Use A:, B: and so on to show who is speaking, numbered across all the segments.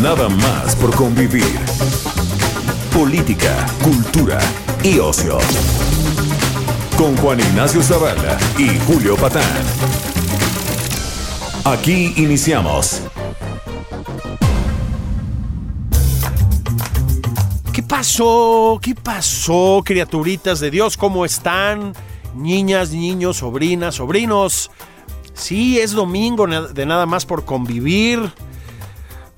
A: Nada más por convivir. Política, cultura y ocio. Con Juan Ignacio Zavala y Julio Patán. Aquí iniciamos.
B: ¿Qué pasó? ¿Qué pasó, criaturitas de Dios? ¿Cómo están? Niñas, niños, sobrinas, sobrinos. Sí, es domingo na- de nada más por convivir.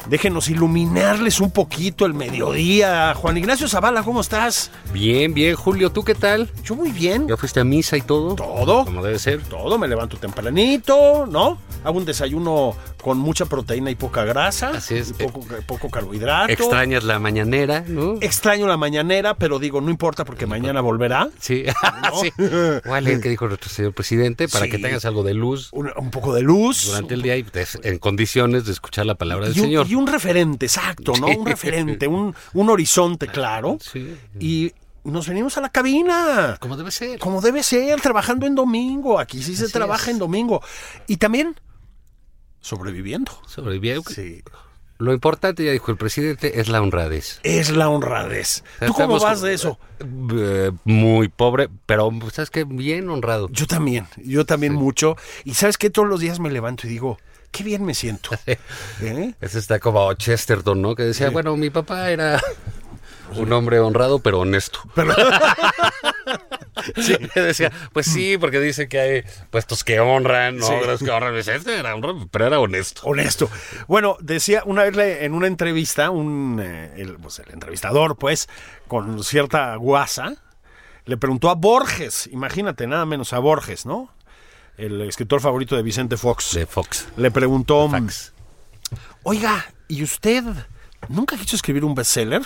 B: Déjenos iluminarles un poquito el mediodía. Juan Ignacio Zavala, ¿cómo estás?
C: Bien, bien, Julio, ¿tú qué tal?
B: Yo muy bien.
C: ¿Ya fuiste a misa y todo?
B: Todo,
C: Como debe ser.
B: todo. Me levanto tempranito, ¿no? Hago un desayuno con mucha proteína y poca grasa.
C: Así es.
B: y poco, poco carbohidrato.
C: Extrañas la mañanera, ¿no?
B: Extraño la mañanera, pero digo, no importa porque mañana volverá.
C: Sí, sí. Voy a leer qué dijo nuestro señor presidente para
B: Sí.
C: que tengas algo de luz
B: un, un poco de luz.
C: durante el día y des- en condiciones de escuchar la palabra del
B: y un,
C: señor.
B: y un referente, exacto, ¿no? Un referente, un, un horizonte claro.
C: Sí.
B: Y nos venimos a la cabina.
C: Como debe ser.
B: Como debe ser, trabajando en domingo. Aquí sí se
C: Así
B: trabaja
C: es.
B: en domingo. Y también sobreviviendo.
C: Sobrevivió.
B: Sí.
C: Lo importante, ya dijo el presidente, es la honradez.
B: Es la honradez.
C: O sea,
B: ¿Tú cómo
C: estamos
B: vas
C: como-
B: de eso?
C: Eh, muy pobre, pero ¿sabes qué? Bien honrado.
B: Yo también, yo también mucho. Y sabes que todos los días me levanto y digo, qué bien me siento. ¿Eh?
C: Ese está como Chesterton, ¿no? Que decía, bueno, mi papá era un hombre honrado, pero honesto. sí, decía, pues sí, porque dice que hay puestos que honran, ¿no?
B: Sí.
C: Los que honran. Dice, este era honrado, pero era honesto.
B: Honesto. Bueno, decía una vez le- en una entrevista, un, eh, el, pues, el entrevistador, pues, con cierta guasa, le preguntó a Borges, imagínate, nada menos a Borges, ¿no? El escritor favorito de Vicente Fox.
C: De Fox.
B: Le preguntó, mm,
C: Fax.
B: oiga, ¿y usted nunca quiso escribir un bestseller?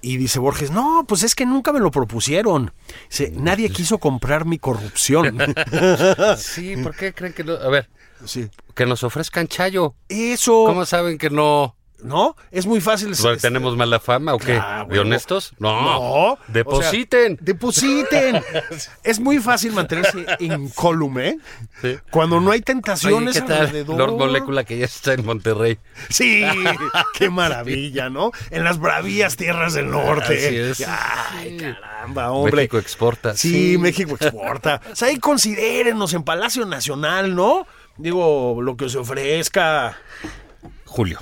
B: Y dice Borges, no, pues es que nunca me lo propusieron. Dice, nadie quiso comprar mi corrupción.
C: Ah. Sí, ¿por qué creen que no? A ver,
B: Sí.
C: que nos ofrezcan chayo.
B: Eso,
C: ¿Cómo saben que no
B: ¿no? Es muy fácil.
C: tenemos mala fama o qué?
B: Ah,
C: ¿De
B: huevo.
C: honestos? No.
B: No. o sea,
C: Depositen.
B: depositen. Pues es muy fácil mantenerse incólume
C: Sí.
B: cuando no hay
C: Oye,
B: tentaciones
C: ¿qué tal?
B: alrededor.
C: Lord Molécula que ya está en Monterrey.
B: Sí, qué maravilla, ¿no? En las bravías tierras del norte.
C: Así es.
B: Ay, caramba, hombre.
C: México exporta.
B: Sí,
C: Sí.
B: México exporta. O sea, ahí considérenos en Palacio Nacional, ¿no? Digo, lo que se ofrezca.
C: Julio.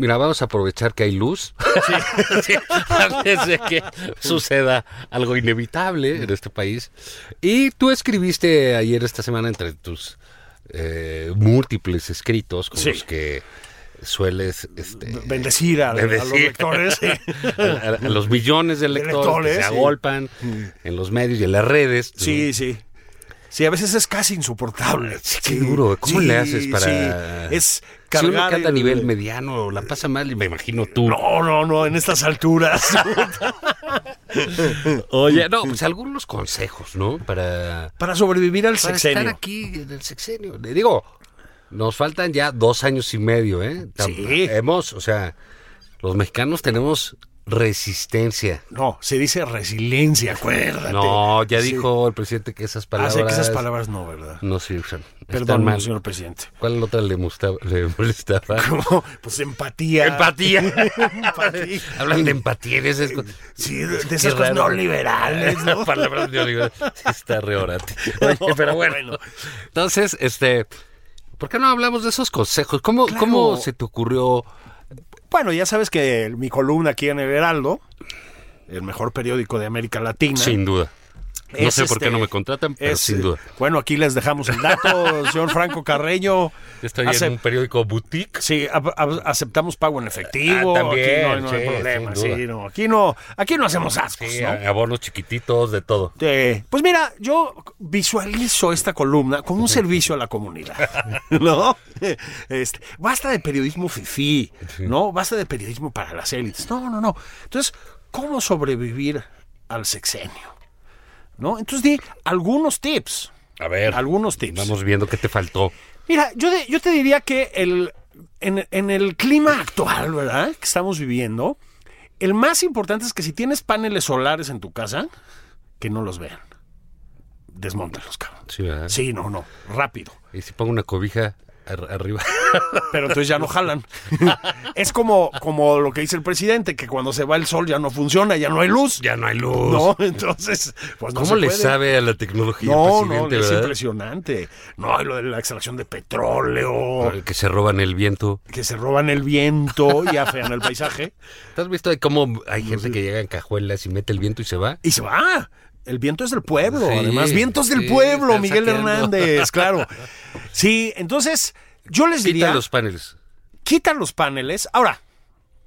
C: Mira, vamos a aprovechar que hay luz. Sí, antes de que suceda algo inevitable en este país. Y tú escribiste ayer esta semana entre tus eh, múltiples escritos con
B: Sí.
C: los que sueles este,
B: Bendecir a, a los
C: Bendecir.
B: lectores. sí.
C: a, a- a los millones de lectores,
B: lectores,
C: que se
B: sí. Mm.
C: agolpan en los medios y en las redes.
B: Sí, sí. Sí, a veces es casi insoportable.
C: Sí, qué duro. ¿Cómo
B: Sí,
C: le haces para...?
B: sí. Es
C: Si uno
B: cargar
C: que anda a
B: el-
C: nivel mediano, la pasa mal, y me imagino tú.
B: No, no, no, en estas alturas. Mm.
C: Oye, no, pues algunos consejos, ¿no? Para,
B: para sobrevivir al
C: para estar
B: sexenio.
C: aquí en el sexenio. Le digo, nos faltan ya dos años y medio, ¿eh? Tam-
B: Sí.
C: Hemos, o sea, los mexicanos tenemos resistencia.
B: No, se dice resiliencia, acuérdate.
C: No, ya
B: Sí.
C: dijo el presidente que esas
B: Ah,
C: palabras...
B: sé que esas palabras no, ¿verdad?
C: No sirven. Están
B: Perdón,
C: mal.
B: señor presidente.
C: ¿Cuál otra le, musta- le molestaba?
B: Como, pues empatía.
C: Empatía.
B: Empatía.
C: Hablan de empatía. de esas cosas.
B: Sí, de, de
C: Qué
B: esas cosas
C: raro.
B: neoliberales, ¿no?
C: Palabras neoliberales. Sí, Está re orate. Oye, pero bueno.
B: Bueno.
C: Entonces, este, ¿por qué no hablamos de esos consejos? ¿Cómo,
B: Claro.
C: cómo se te ocurrió?
B: Bueno, ya sabes que mi columna aquí en El Heraldo, el mejor periódico de América Latina,
C: Sin duda. No
B: Es
C: sé por
B: este-
C: qué no me contratan, pero
B: es,
C: sin duda.
B: eh, Bueno, aquí les dejamos el dato, señor Franco Carreño.
C: Estoy
B: Acep-
C: en un periódico boutique.
B: Sí, ab- ab- aceptamos pago en efectivo.
C: Ah, también,
B: aquí no, no hay
C: sí,
B: problema.
C: sin duda.
B: sí, no, aquí, no, aquí no hacemos ascos,
C: Sí,
B: Pues ¿no?
C: a- abonos chiquititos, de todo.
B: Eh, pues mira, yo visualizo esta columna como un servicio a la comunidad, ¿no? Este, basta de periodismo fifí, ¿no? Basta de periodismo para las élites. No, no, no. Entonces, ¿cómo sobrevivir al sexenio? ¿No? Entonces di algunos tips.
C: A ver.
B: Algunos tips.
C: Vamos viendo qué te faltó.
B: Mira, yo, de- yo te diría que el, en, en el clima actual, ¿verdad? Que estamos viviendo, el más importante es que si tienes paneles solares en tu casa, que no los vean. Desmóntalos, cabrón.
C: Sí, ¿verdad?
B: Sí, no, no, rápido.
C: Y si pongo una cobija ar- arriba.
B: Pero entonces ya no jalan. es como, como lo que dice el presidente, que cuando se va el sol ya no funciona, ya no hay luz.
C: ya no hay luz.
B: No, entonces, pues no
C: ¿Cómo
B: se
C: le
B: puede.
C: sabe a la tecnología
B: No, no,
C: el presidente,
B: es
C: verdad?
B: impresionante. No, y lo de la extracción de petróleo.
C: Que se roban el viento.
B: que se roban el viento y afean el paisaje
C: ¿Te has visto de cómo hay
B: Mm.
C: gente que llega en cajuelas y mete el viento y se va?
B: y se va. El viento es del pueblo,
C: Sí,
B: además, vientos del
C: sí,
B: pueblo,
C: están
B: Miguel
C: saqueando.
B: Hernández, claro. Sí, entonces yo les diría,
C: Quita los paneles.
B: quitan los paneles. Ahora,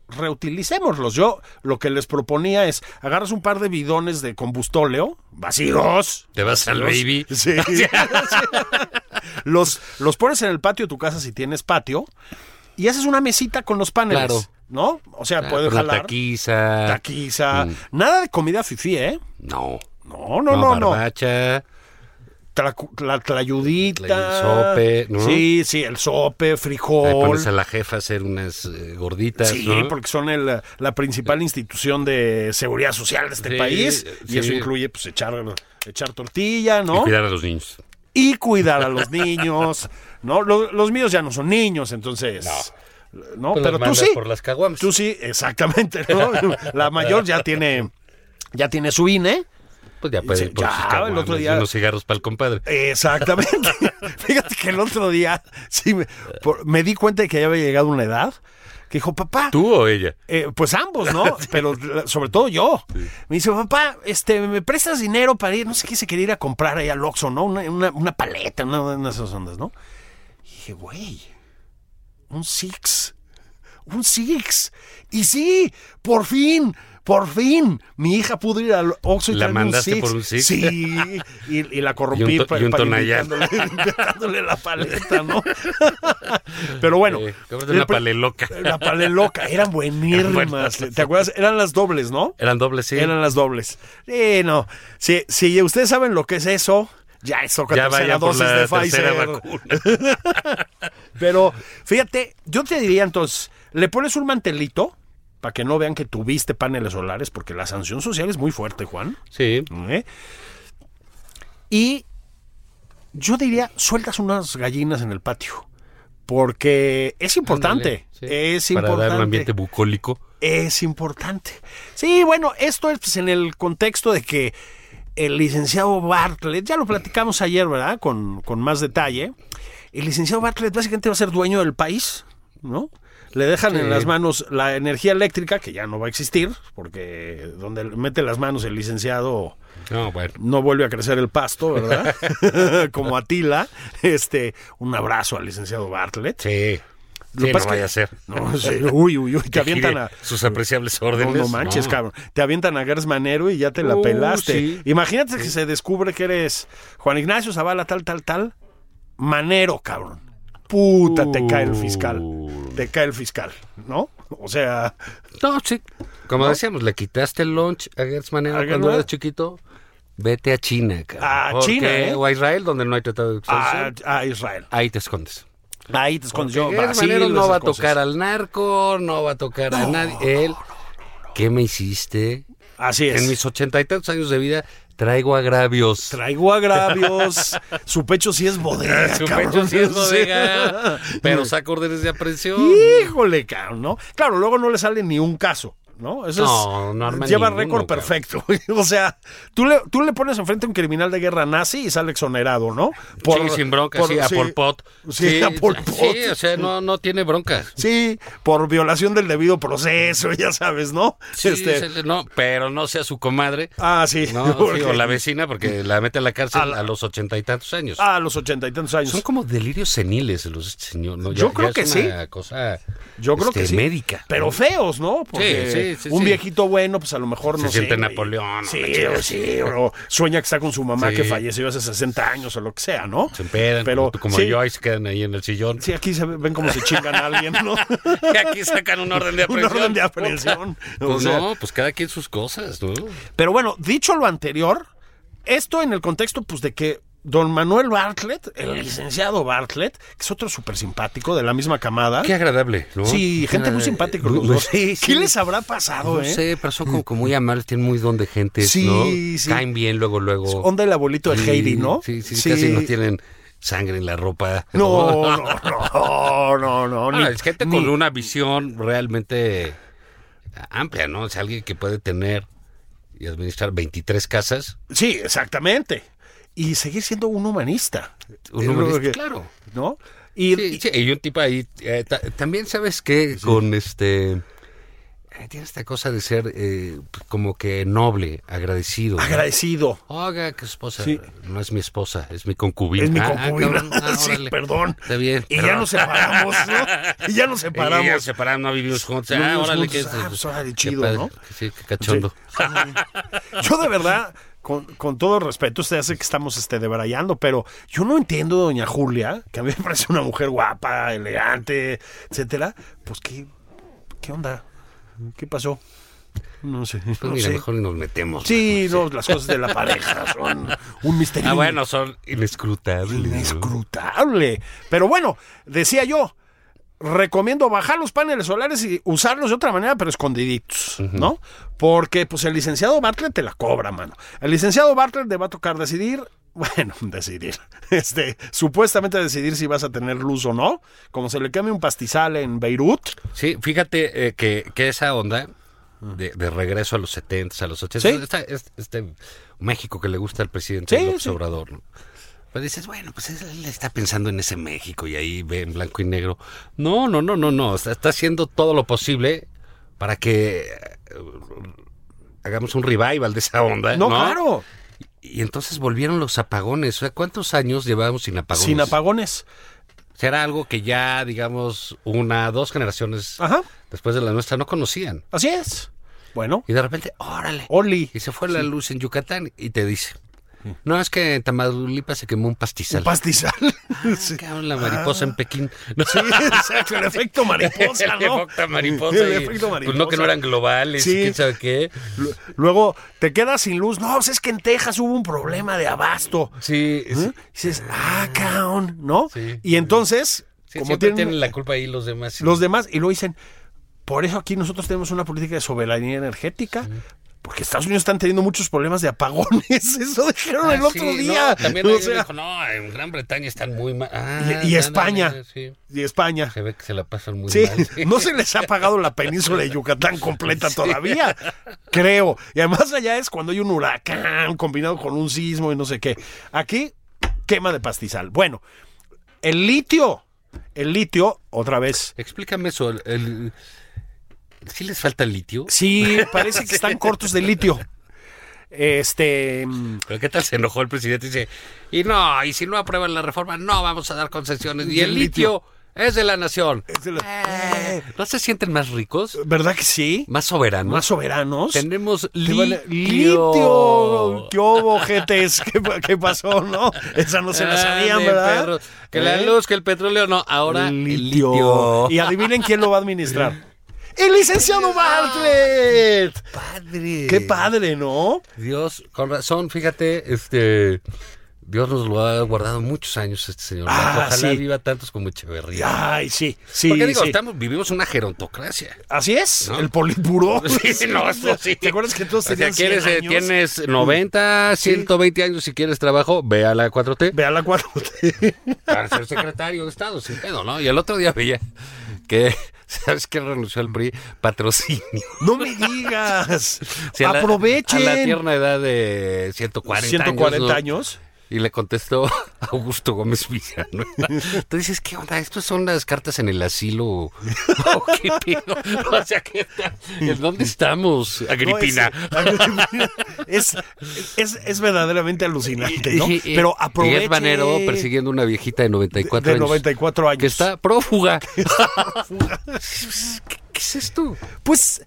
B: reutilicémoslos. Yo lo que les proponía es, agarras un par de bidones de combustóleo, vacíos.
C: Te vas al
B: vacíos.
C: baby.
B: Sí. Sí. los, los pones en el patio de tu casa si tienes patio y haces una mesita con los paneles.
C: Claro.
B: ¿No? O sea,
C: Ah,
B: puedes
C: con la
B: jalar.
C: taquiza.
B: taquiza, nada de comida fifí, ¿eh?
C: Mm. No.
B: No, no, no, no.
C: barbacha.
B: Tra- la tlayudita.
C: Tla- el sope, ¿no?
B: Sí, sí, el sope,
C: Ahí
B: frijol.
C: pones a la jefa a hacer unas eh, gorditas.
B: Sí,
C: ¿no?
B: porque son el- la principal institución de seguridad social de este
C: Sí,
B: país. Y
C: sí.
B: eso incluye, pues, echar, echar tortilla, ¿no?
C: Y cuidar a los niños.
B: y cuidar a los niños, ¿no? Lo- Los, míos ya no son niños, entonces. No,
C: Pues
B: pero tú
C: los mandas
B: sí.
C: por las caguamas.
B: Tú sí, exactamente, ¿no? La mayor ya tiene ya tiene su E. INE.
C: Pues ya puede
B: Sí,
C: ir por
B: ya,
C: sus
B: el
C: caguamas
B: otro
C: y
B: día-
C: unos cigarros para el compadre.
B: Exactamente. Fíjate que el otro día sí me, por- me di cuenta de que ya había llegado una edad que dijo, "Papá,
C: ¿Tú o ella?
B: eh, pues ambos, ¿no? Pero la- sobre todo yo. Me dice, papá, este, ¿me prestas dinero para ir? No sé qué se quería ir a comprar ahí al Oxxo, ¿no? Una, una- una paleta, una, una de esas ondas, ¿no? Y dije, güey, un Six. Un Six. Y sí, por fin, por fin, mi hija pudo ir al Oxxo y
C: ¿La
B: traerme
C: mandaste
B: un Six.
C: por un Six?
B: Sí, y, y la
C: Y
B: corrompí
C: un to-
B: pa-
C: y un
B: pa-
C: Tonayán.
B: invitándole, invitándole la paleta, ¿no? Pero bueno. pues, eh,
C: Eh, cómprate
B: el
C: una
B: pre-
C: paleloca.
B: la pale loca, eran buenísimas. ¿Te acuerdas? Eran las dobles, ¿no?
C: Eran dobles, sí.
B: Eran las dobles. Sí, no. Si, si ustedes saben lo que es eso, ya es otra
C: Ya
B: tercera
C: vaya por
B: dosis
C: la
B: de
C: tercera
B: Pfizer.
C: vacuna.
B: Pero fíjate, yo te diría entonces, le pones un mantelito para que no vean que tuviste paneles solares, porque la sanción social es muy fuerte, Juan.
C: Sí.
B: ¿eh? Y yo diría, sueltas unas gallinas en el patio. Porque es importante.
C: Sí.
B: Es
C: Para
B: importante.
C: dar un ambiente bucólico.
B: es importante. Sí, bueno, esto es pues, en el contexto de que el licenciado Bartlett, ya lo platicamos ayer, ¿verdad? Con, con más detalle. El licenciado Bartlett básicamente va a ser dueño del país, ¿no? Le dejan en las manos la energía eléctrica, que ya no va a existir, porque donde mete las manos el licenciado
C: No, bueno.
B: no vuelve a crecer el pasto, ¿verdad? Como Atila. Este, un abrazo al licenciado Bartlett.
C: Sí.
B: Lo
C: Sí,
B: que
C: no
B: pasa es que-
C: vaya a ser.
B: No, sí, uy, uy, uy, te
C: Que
B: avientan
C: gire
B: a,
C: Sus apreciables
B: no,
C: órdenes.
B: no manches, cabrón. Te avientan a Gers Manero y ya te la
C: Uh,
B: pelaste.
C: sí.
B: Imagínate que se descubre que eres Juan Ignacio Zavala, tal, tal, tal. Manero, cabrón. Puta, te cae el fiscal.
C: Uh.
B: Te cae el fiscal, ¿no? O sea,
C: No, sí. Como decíamos, le quitaste el lunch a Gertz Manero
B: ¿A Gertz
C: cuando
B: Manero?
C: eras chiquito. Vete a China, cabrón.
B: A
C: ¿Por
B: China,
C: qué?
B: ¿eh? Ah,
C: O a Israel, donde no hay tratado de
B: a,
C: extradición.
B: a Israel.
C: Ahí te escondes.
B: Ahí te escondes yo.
C: Gertz
B: Brasil,
C: Manero no
B: esas
C: va a
B: cosas.
C: tocar al narco, no va a tocar a nadie. Él, ¿qué me hiciste?
B: Así es.
C: En mis ochenta y tantos años de vida traigo agravios.
B: Traigo agravios. Su pecho sí es bodega.
C: Su
B: cabrón.
C: pecho sí es bodega,
B: Sí.
C: pero saca órdenes de aprehensión.
B: Híjole, cabrón, ¿no? Claro, luego no le sale ni un caso, ¿no? Eso
C: No,
B: es,
C: no arma
B: lleva
C: ninguno,
B: récord
C: cabrón.
B: perfecto. o sea, tú le, tú le pones enfrente a un criminal de guerra nazi y sale exonerado, ¿no?
C: sí, sin bronca, sí, a Pol Pot.
B: Sí, a Pol Pot.
C: Sí, o sea, no, no tiene broncas.
B: Sí, por violación del debido proceso, ya sabes, ¿no?
C: Sí,
B: Este,
C: se le- no, pero no sea su comadre.
B: Ah, sí.
C: No, sí,
B: porque-
C: o la vecina, porque la mete a la cárcel
B: A
C: a,
B: la-
C: los ochenta y tantos años.
B: Ah, a los ochenta y tantos años.
C: Son como delirios seniles los señores.
B: Yo creo que
C: es
B: sí.
C: una cosa
B: Yo creo
C: este,
B: que sí.
C: médica.
B: Pero feos, ¿no? Porque
C: Sí, sí, sí,
B: un
C: sí.
B: viejito bueno, pues a lo mejor
C: Se
B: no sé,
C: siente
B: güey.
C: Napoleón,
B: Sí,
C: o la chingada.
B: o sí, o sueña que está con su mamá
C: Sí.
B: que falleció hace 60 años o lo que sea, ¿no?
C: se empedan,
B: Pero
C: como, como
B: sí,
C: yo, ahí se quedan ahí en el sillón.
B: Sí, aquí se ve- ven cómo se chingan a alguien, ¿no?
C: Y aquí sacan un orden
B: Un
C: de aprehensión.
B: orden de aprehensión.
C: Pues
B: O sea,
C: no, pues cada quien sus cosas, ¿no?
B: Pero bueno, dicho lo anterior, esto en el contexto pues de que don Manuel Bartlett, el licenciado Bartlett, que es otro súper simpático de la misma camada.
C: Qué agradable, ¿no?
B: Ah. Sí, gente muy
C: Eh,
B: simpática.
C: no-
B: los dos.
C: Sí, sí.
B: ¿Qué les habrá pasado,
C: No
B: eh?
C: sé, pero son como, como muy amables, tienen muy don de gente,
B: Sí,
C: ¿no?
B: sí.
C: Caen bien luego, luego.
B: Onda el abuelito de
C: Oh. Sí,
B: Heidi, ¿no?
C: Sí, sí, casi no tienen sangre en la ropa.
B: No, no, no, no, no.
C: Ah,
B: ni-
C: es gente
B: ni-
C: con una visión realmente amplia, ¿no? Es alguien que puede tener y administrar 23 casas.
B: Sí, exactamente. Y seguir siendo un humanista.
C: Un
B: Es lo
C: humanista,
B: que-
C: claro.
B: ¿No? Y,
C: Sí,
B: y-
C: sí, y un tipo ahí. eh, ta- también sabes que con este. eh, Tiene esta cosa de ser eh, como que noble, agradecido. ¿no?
B: agradecido.
C: Oiga, que esposa.
B: Sí.
C: No es mi esposa, es mi concubina.
B: Es mi
C: Ah,
B: concubina.
C: cabrón, ah,
B: sí,
C: órale.
B: perdón.
C: Está bien.
B: Y ya
C: perdón.
B: nos separamos, ¿no? Y ya nos separamos.
C: Y ya separamos, no vivimos juntos.
B: No
C: Ah,
B: vivimos
C: órale,
B: juntos.
C: que es.
B: Ah, pues, órale,
C: qué
B: chido,
C: padre,
B: ¿no?
C: que Sí, qué cachondo.
B: Sí. Yo de verdad, con, con todo respeto, usted hace que estamos este, debrayando, pero yo no entiendo, doña Julia, que a mí me parece una mujer guapa, elegante, etcétera. Pues qué, qué onda, qué pasó. No sé.
C: Pues
B: no
C: mira,
B: sé.
C: mejor nos metemos.
B: Sí, no, las cosas de la pareja son un misterio
C: Ah, bueno, son inescrutables. ¿no?
B: inescrutable. Pero bueno, decía yo, recomiendo bajar los paneles solares y usarlos de otra manera, pero escondiditos, ¿no? Porque pues el licenciado Bartlett te la cobra, mano. El licenciado Bartlett te va a tocar decidir, bueno, decidir, este, supuestamente decidir si vas a tener luz o no, como se le queme un pastizal en Beirut.
C: Sí, fíjate eh, que, que esa onda de, de regreso a los 70, a los 80,
B: Sí.
C: esta- este, este México que le gusta al presidente
B: Sí,
C: López
B: sí.
C: Obrador, ¿no? Pues dices, bueno, pues él está pensando en ese México y ahí ve en blanco y negro. No, no, no, no, no. Está, está haciendo todo lo posible para que eh, hagamos un revival de esa onda.
B: No,
C: Eh, No,
B: claro,
C: Y entonces volvieron los apagones. O sea, ¿cuántos años llevamos sin apagones?
B: sin apagones.
C: Será algo que ya, digamos, una, dos generaciones
B: Ajá,
C: después de la nuestra no conocían.
B: así es. Bueno,
C: Y de repente, órale.
B: Oli,
C: Y se fue la luz en Yucatán y te dice, no, es que en Tamaulipas se quemó un
B: Mm. un
C: pastizal.
B: pastizal. Sí.
C: Cabrón, la mariposa en Pekín. No,
B: Sí, exacto, el efecto mariposa,
C: El
B: ¿no?
C: efecto mariposa.
B: El
C: y-
B: efecto
C: pues no, que no
B: mariposa.
C: eran globales y
B: Sí.
C: quién sabe qué.
B: Lu- Luego te quedas sin luz. No, pues es que en Texas hubo un problema de abasto.
C: Sí,
B: ¿Eh?
C: sí,
B: Y dices, ah, caón, ¿no?
C: Sí.
B: y entonces,
C: sí,
B: como
C: siempre
B: tienen,
C: tienen... la culpa ahí los demás. sí.
B: los demás, y lo dicen, por eso aquí nosotros tenemos una política de soberanía energética. Porque Estados Unidos están teniendo muchos problemas de apagones. Eso dijeron
C: Ah,
B: el otro
C: sí, no,
B: día.
C: también
B: O
C: alguien
B: sea,
C: dijo, no, en Gran Bretaña están muy mal. Ah,
B: Y- y
C: no, no,
B: España.
C: no, sí.
B: y España.
C: Se ve que se la pasan muy
B: Sí,
C: mal.
B: no se les ha apagado la península de Yucatán completa todavía, creo. Y además allá es cuando hay un huracán combinado con un sismo y no sé qué. Aquí, quema de pastizal. Bueno, el litio, el litio, otra vez.
C: Explícame eso. El, el- ¿Sí les falta litio?
B: Sí, parece que están cortos de litio. Este, mm,
C: ¿Pero qué tal se enojó el presidente? y Dice, y no, y si no aprueban la reforma, no vamos a dar concesiones. Y el litio es de la nación.
B: es de los- Eh,
C: ¿No se sienten más ricos?
B: ¿verdad que sí?
C: ¿Más soberanos?
B: Más soberanos.
C: Tenemos
B: Te van a-
C: litio.
B: Litio, ¿qué hubo, jetes? ¿Qué, pa- qué pasó, no? Esa no se la
C: Ah,
B: sabían,
C: de
B: ¿verdad?
C: perro. Que la
B: ¿Eh?
C: luz, que el petróleo, no. Ahora el litio.
B: Y adivinen quién lo va a administrar. El licenciado Bartlett.
C: padre!
B: Qué padre, ¿no?
C: Dios, con razón, fíjate, este. Dios nos lo ha guardado muchos años este señor.
B: Ah,
C: Ojalá
B: sí.
C: viva tantos como Echeverría.
B: Ay, sí, sí.
C: Porque digo,
B: sí.
C: estamos, vivimos una gerontocracia.
B: Así es,
C: ¿No?
B: el politburó.
C: Sí, no, eso sí.
B: ¿Te acuerdas que todos
C: O sea,
B: tenían 100
C: quieres, eh,
B: años?
C: tienes 90, 120 años si quieres trabajo, ve a la 4T
B: Ve a la 4T.
C: para ser secretario de Estado, sin pedo, ¿no? Y el otro día veía que ¿Sabes qué renunció al PRI? Patrocinio.
B: No me digas.
C: Sí, a la-
B: Aprovechen.
C: a la tierna edad de 140 años.
B: 140
C: ¿no?
B: años.
C: Y le contestó Augusto Gómez Villa. ¿no? Entonces dices, ¿qué onda? ¿Estos son las cartas en el asilo? ¿O qué pedo? O sea, ¿qué tal? ¿En dónde estamos, Agripina?
B: No, es, es, es, es verdaderamente alucinante, ¿no?
C: Y- y-
B: Pero
C: Y
B: aprovechen.
C: es Banero persiguiendo una viejita de 94
B: de
C: años.
B: 94 años.
C: Que está prófuga. ¿Qué, qué es esto?
B: Pues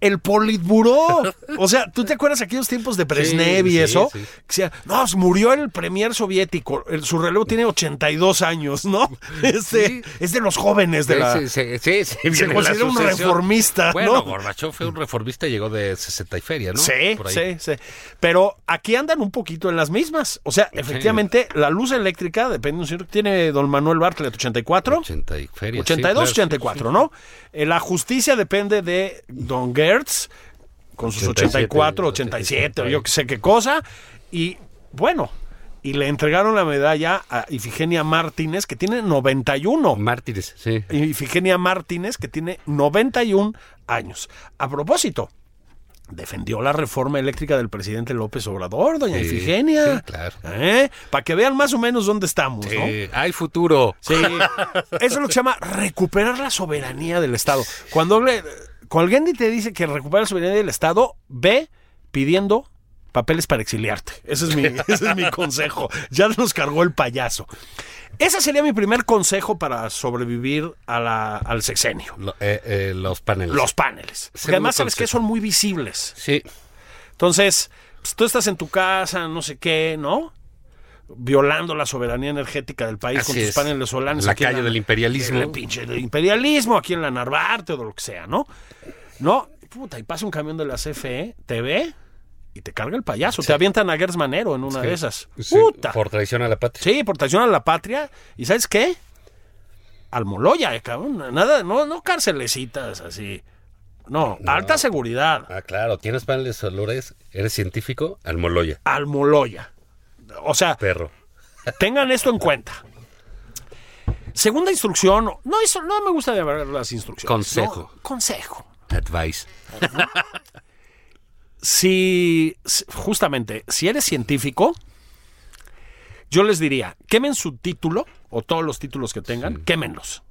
B: el Politburó. O sea, ¿tú te acuerdas aquellos tiempos de Brezhnev y
C: sí,
B: eso?
C: sí.
B: Que decía, no, pues, murió el premier soviético. El- su relevo tiene 82 años, ¿no? Este,
C: Sí.
B: Es de los jóvenes de la.
C: Sí, sí, sí, sí, viene la
B: considera un
C: sucesión.
B: reformista,
C: Bueno,
B: ¿no?
C: Gorbachev fue un reformista y llegó de 60 y feria, ¿no?
B: Sí,
C: Por ahí.
B: sí, sí. Pero aquí andan un poquito en las mismas. O sea, efectivamente, la luz eléctrica, depende, ¿no? tiene don Manuel Bartlett 84.
C: 80 y feria, sí,
B: 82,
C: claro.
B: 84, ¿no? Eh, la justicia depende de Don Gertz, con sus
C: 87,
B: 84,
C: 87,
B: 87, o yo que sé qué cosa. Y bueno, y le entregaron la medalla a Ifigenia Martínez, que tiene 91.
C: Mártires, sí.
B: Ifigenia Martínez, que tiene 91 años. A propósito, defendió la reforma eléctrica del presidente López Obrador, doña
C: Sí,
B: Ifigenia.
C: sí, claro.
B: Para que vean más o menos dónde estamos, ¿no?
C: Eh, hay futuro.
B: Sí. Eso es lo que se llama recuperar la soberanía del Estado. Cuando, le- cuando alguien te dice que recupera la soberanía del Estado, ve pidiendo papeles para exiliarte. Ese es mi, ese es mi consejo. Ya nos cargó el payaso. Ese sería mi primer consejo para sobrevivir a la- al sexenio.
C: Lo- eh, eh, los paneles.
B: Los paneles. Porque
C: Segundo
B: además, ¿sabes que
C: consejo.
B: Son muy visibles.
C: Sí.
B: Entonces, pues, tú estás en tu casa, no sé qué, ¿no? Violando la soberanía energética del país con
C: Así
B: tus
C: es.
B: paneles solares.
C: La
B: aquí en
C: calle del imperialismo.
B: en El pinche del imperialismo, aquí en la Narvarte o de lo que sea, ¿no? No, puta, y pasa un camión de la CFE, te ve y te carga el payaso. Te avientan a Gers Manero en una de esas.
C: Sí,
B: puta.
C: Por traición a la patria.
B: Sí, por traición a la patria. ¿Y sabes qué? Al Moloya, eh, cabrón. Nada, no, no carcelecitas así. No, alta seguridad.
C: Ah, claro. Tienes paneles solares, eres científico, almoloya.
B: Al Moloya. O sea,
C: Perro.
B: Tengan esto en cuenta. Segunda instrucción, no, eso, no me gusta llamar las instrucciones.
C: Consejo.
B: no, consejo.
C: Advice.
B: Si, si- justamente, si eres científico, yo les diría, quemen su título o todos los títulos que tengan, quémenlos.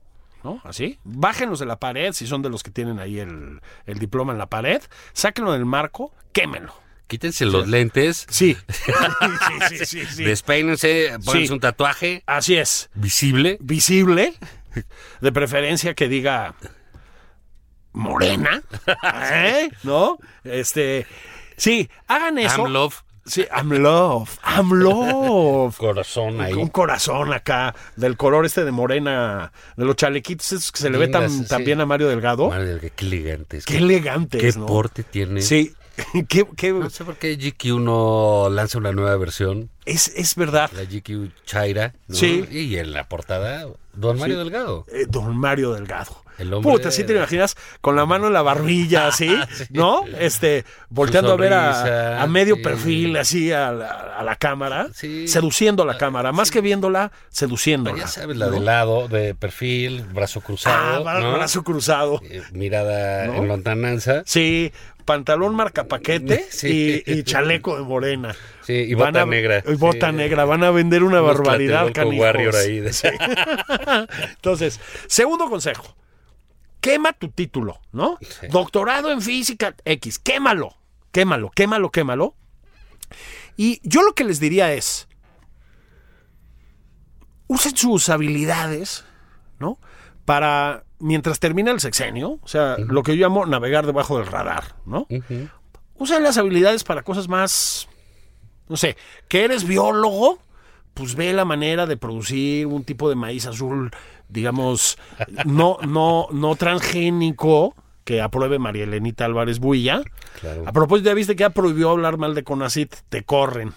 B: ¿No? Así. Bájenlos de la pared, si son de los que tienen ahí el, el diploma en la pared, sáquenlo del marco, quémenlo.
C: Quítense los lentes.
B: Sí. sí, sí, sí, sí.
C: Despeínense, pónganse
B: Sí.
C: un tatuaje
B: Así es.
C: visible.
B: visible, de preferencia que diga morena, ¿eh? ¿no? Este, sí, hagan eso.
C: I'm love.
B: Sí, I'm love, I'm love.
C: Corazón ahí.
B: Un corazón acá, del color este de morena, de los chalequitos esos que se le ve tan,
C: Lindas,
B: tan
C: sí.
B: bien a Mario Delgado.
C: Madre, qué elegante. es.
B: Qué elegante
C: qué
B: es, ¿no?
C: porte tiene.
B: Sí, qué, qué-
C: No sé por qué GQ no lanza una nueva versión,
B: es, es verdad.
C: la GQ Chaira. ¿no?
B: Sí.
C: Y en la portada, Don Mario Delgado.
B: Eh, don Mario Delgado.
C: El hombre-
B: Puta, sí te lo imaginas con la mano en la barbilla, así, ¿no? Este, volteando a ver a-
C: sonrisa,
B: a, medio
C: sí.
B: perfil, así, a la, a la cámara,
C: Sí. Ah,
B: seduciendo a la cámara, más que viéndola, seduciéndola.
C: Ya sabes, la de lado, de perfil, brazo
B: Ah,
C: cruzado.
B: bra-
C: ¿no?
B: brazo cruzado.
C: Eh, mirada en lontananza.
B: Sí, pantalón marca paquete
C: Sí.
B: y, y chaleco de morena.
C: Sí, y
B: Van
C: bota
B: a-
C: negra.
B: y bota
C: Sí.
B: negra, van a vender una
C: Unos
B: barbaridad,
C: Tlatelolco
B: canijos.
C: Warrior ahí de-
B: Entonces, segundo consejo. Quema tu título, ¿no? Doctorado en física X, quémalo, quémalo, quémalo, quémalo. Y yo lo que les diría es, usen sus habilidades, ¿no? Para, mientras termina el sexenio, o sea, lo que yo llamo navegar debajo del radar, ¿no? Usen las habilidades para cosas más no sé, que eres biólogo, pues ve la manera de producir un tipo de maíz azul, digamos, no, no, no transgénico que apruebe María Elenita Álvarez Builla.
C: Claro.
B: A propósito, ya viste que ya prohibió hablar mal de Conacit, te corren,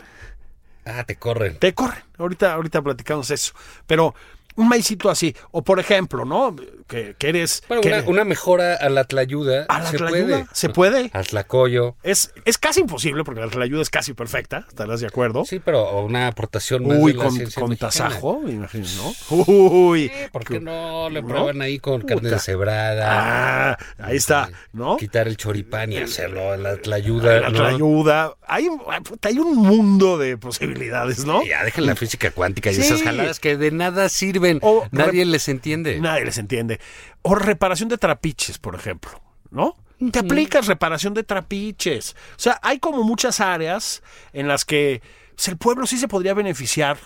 C: Ah, te corren.
B: te corren. Ahorita, ahorita platicamos eso. Pero un maicito así. O por ejemplo, ¿no? Que, que eres...
C: Bueno,
B: que
C: una,
B: eres-
C: una mejora a la tlayuda.
B: ¿A la
C: se
B: tlayuda?
C: puede.
B: ¿Se puede?
C: A tlacoyo.
B: Es, es casi imposible porque la ayuda es casi perfecta, estarás de acuerdo.
C: Sí, pero una aportación más
B: Uy,
C: de la
B: con,
C: ciencia
B: con
C: mexicana.
B: tasajo, me imagino, ¿no? Uy.
C: ¿Por qué no le
B: ¿No?
C: prueban ahí con carne
B: Puta.
C: deshebrada? este,
B: Ah, ahí está, ¿no?
C: Quitar el choripán y hacerlo a la tlayuda.
B: La
C: ¿no?
B: ayuda. Hay, puta, hay un mundo de posibilidades, ¿no?
C: Ya, dejen la física cuántica y
B: Sí.
C: esas jaladas que de nada sirven.
B: O
C: Nadie
B: rep-
C: les entiende.
B: Nadie les entiende. O reparación de trapiches, por ejemplo, ¿no? Te aplicas reparación de trapiches. O sea, hay como muchas áreas en las que pues, el pueblo sí se podría beneficiar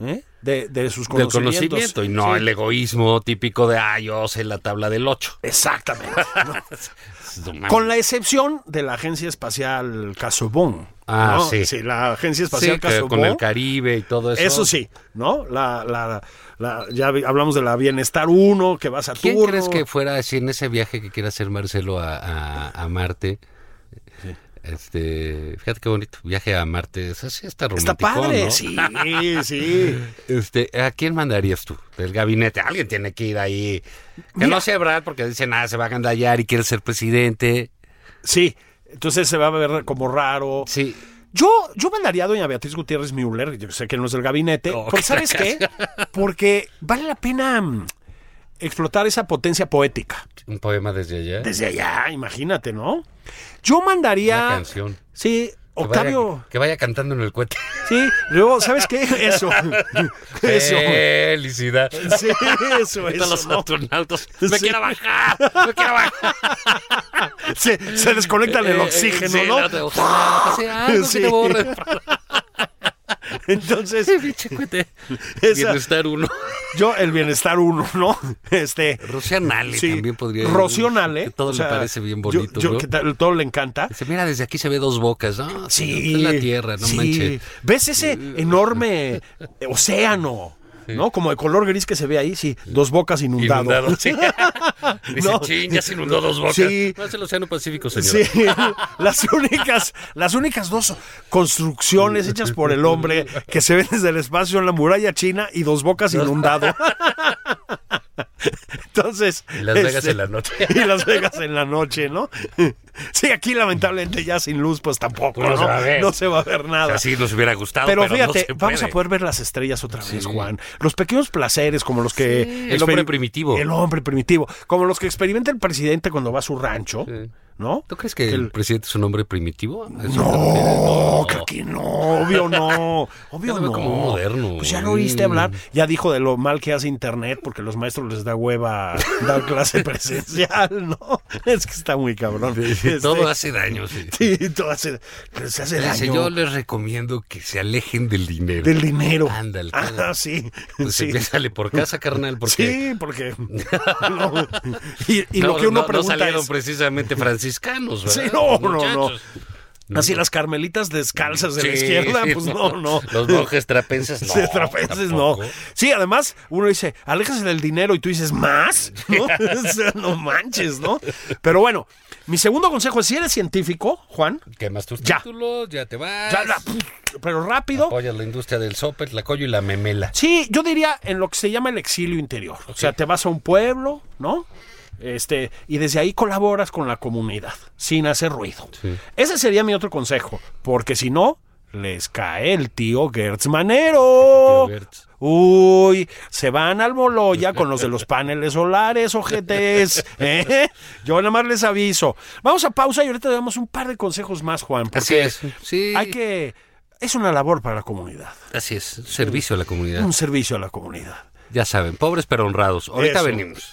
B: ¿eh? de, de sus
C: Del
B: conocimientos.
C: conocimiento y no el egoísmo típico de, ah, yo sé la tabla del 8.
B: Exactamente. ¿no? Con la excepción de la Agencia Espacial Casobón.
C: Ah,
B: ¿no?
C: sí.
B: la Agencia Espacial Casobón.
C: con el Caribe y todo eso.
B: Eso sí, ¿no? La, la, la- ya vi- hablamos de la Bienestar 1, que vas a
C: ¿Quién
B: Saturno.
C: crees que fuera así en ese viaje que quiere hacer Marcelo a, a- a Marte? Este, fíjate qué bonito, viaje a Marte, eso sí está romántico,
B: Está padre,
C: ¿no?
B: sí, sí.
C: Este, ¿a quién mandarías tú del gabinete? Alguien tiene que ir ahí. Que no sea Brad porque dicen, ah, se va a gandallar y quiere ser presidente.
B: Sí, entonces se va a ver como raro.
C: Sí.
B: Yo, yo mandaría a doña Beatriz Gutiérrez Müller, yo sé que no es del gabinete,
C: No,
B: porque ¿sabes qué? Porque vale la pena mm, explotar esa potencia poética.
C: Un poema desde allá.
B: Desde allá, imagínate, ¿no? Yo
C: Una
B: mandaría...
C: canción.
B: Sí,
C: Que vaya-
B: Octavio...
C: que vaya cantando en el cohete.
B: Sí, luego, ¿sabes qué? Eso. Eso.
C: Felicidad.
B: Sí, eso,
C: Ahorita
B: eso.
C: los
B: ¿no?
C: astronautas. Me
B: Sí.
C: quiero bajar. Me quiero bajar.
B: Se, se desconectan el
C: Eh, eh,
B: oxígeno,
C: sí,
B: ¿no?
C: te- ojalá que sea algo que
B: Sí.
C: te borre.
B: Entonces,
C: Pinche cohete.
B: Esa-
C: Bienestar uno.
B: yo, el bienestar uno, ¿no? Este.
C: Rocío Nale
B: sí,
C: también podría ir.
B: Rocío Nale,
C: Que todo
B: o
C: le
B: sea,
C: parece
B: yo-
C: bien bonito.
B: Yo,
C: ¿no?
B: que tal- todo le encanta.
C: Dice, mira, desde aquí se ve dos bocas, ¿no?
B: Sí.
C: Es la tierra, no
B: sí.
C: manches.
B: ¿Ves ese enorme océano? ¿No? Como de color gris que se ve ahí, sí. Dos bocas inundado.
C: Inundado, sí. Dice,
B: No.
C: "Chin, ya se inundó dos bocas.
B: Sí.
C: No es el Océano Pacífico,
B: Sí,
C: señor.
B: las únicas, las únicas dos construcciones hechas por el hombre que se ven desde el espacio en la muralla china y dos bocas inundado. Entonces.
C: Y Las Vegas
B: este,
C: en la noche.
B: Y Las Vegas en la noche, ¿no? Sí, aquí lamentablemente ya sin luz, pues tampoco, ¿no?
C: Pues no se va a ver.
B: No se va a ver nada.
C: Así nos hubiera gustado,
B: Pero,
C: pero,
B: fíjate,
C: no se
B: vamos a
C: puede.
B: poder ver las estrellas otra vez, Juan. Los pequeños placeres como los que...
C: el hombre
B: experi-
C: primitivo.
B: El hombre primitivo. Como los que experimenta el presidente cuando va a su rancho, ¿no?
C: ¿Tú crees que el,
B: El-
C: presidente es un hombre primitivo?
B: No, creo que no, obvio no, obvio
C: Ya lo veo
B: no.
C: como un moderno.
B: Pues ya lo oíste
C: Mm.
B: hablar, ya dijo de lo mal que hace internet porque los maestros les da hueva dar clase presencial, ¿no? Es que está muy cabrón. Este,
C: Todo hace daño. sí.
B: sí, todo hace, se hace
C: Dice,
B: daño
C: yo les recomiendo que se alejen del dinero.
B: del dinero.
C: Ándale,
B: Ah,
C: ándale.
B: sí.
C: Pues
B: sí.
C: empiézale por casa, carnal, porque
B: Sí, porque no. y, y
C: no,
B: lo que uno
C: no- no
B: pregunta
C: salieron
B: es
C: precisamente franciscanos, ¿verdad?
B: Sí, no,
C: Los
B: no, no.
C: muchachos.
B: así las carmelitas descalzas de la
C: Sí,
B: izquierda,
C: sí,
B: pues no, no.
C: Los monjes trapenses, no.
B: Sí, trapenses, no.
C: tampoco.
B: Sí, además, uno dice, aléjese del dinero y tú dices, ¿más? ¿No? O sea, no manches, ¿no? Pero bueno, mi segundo consejo es, si eres científico, Juan,
C: Quemas tus
B: Ya.
C: títulos, ya te vas.
B: ya la- pero rápido.
C: Apoyas la industria del sope, la coyo y la memela.
B: Sí, yo diría en lo que se llama el exilio interior. O sea, te vas a un pueblo, ¿no? Este, y desde ahí colaboras con la comunidad, sin hacer ruido. Ese sería mi otro consejo, porque si no, les cae el tío Gertz Manero.
C: Tío Gertz.
B: Uy, se van al Moloya con los de los paneles solares, ojetes. ¿eh? Yo nada más les aviso. Vamos a pausa y ahorita te damos un par de consejos más, Juan, porque
C: Así es. Sí,
B: hay que. Es una labor para la comunidad,
C: así es. Servicio a la comunidad.
B: un servicio a la comunidad.
C: Ya saben, pobres pero honrados. Ahorita
B: Eso.
C: venimos.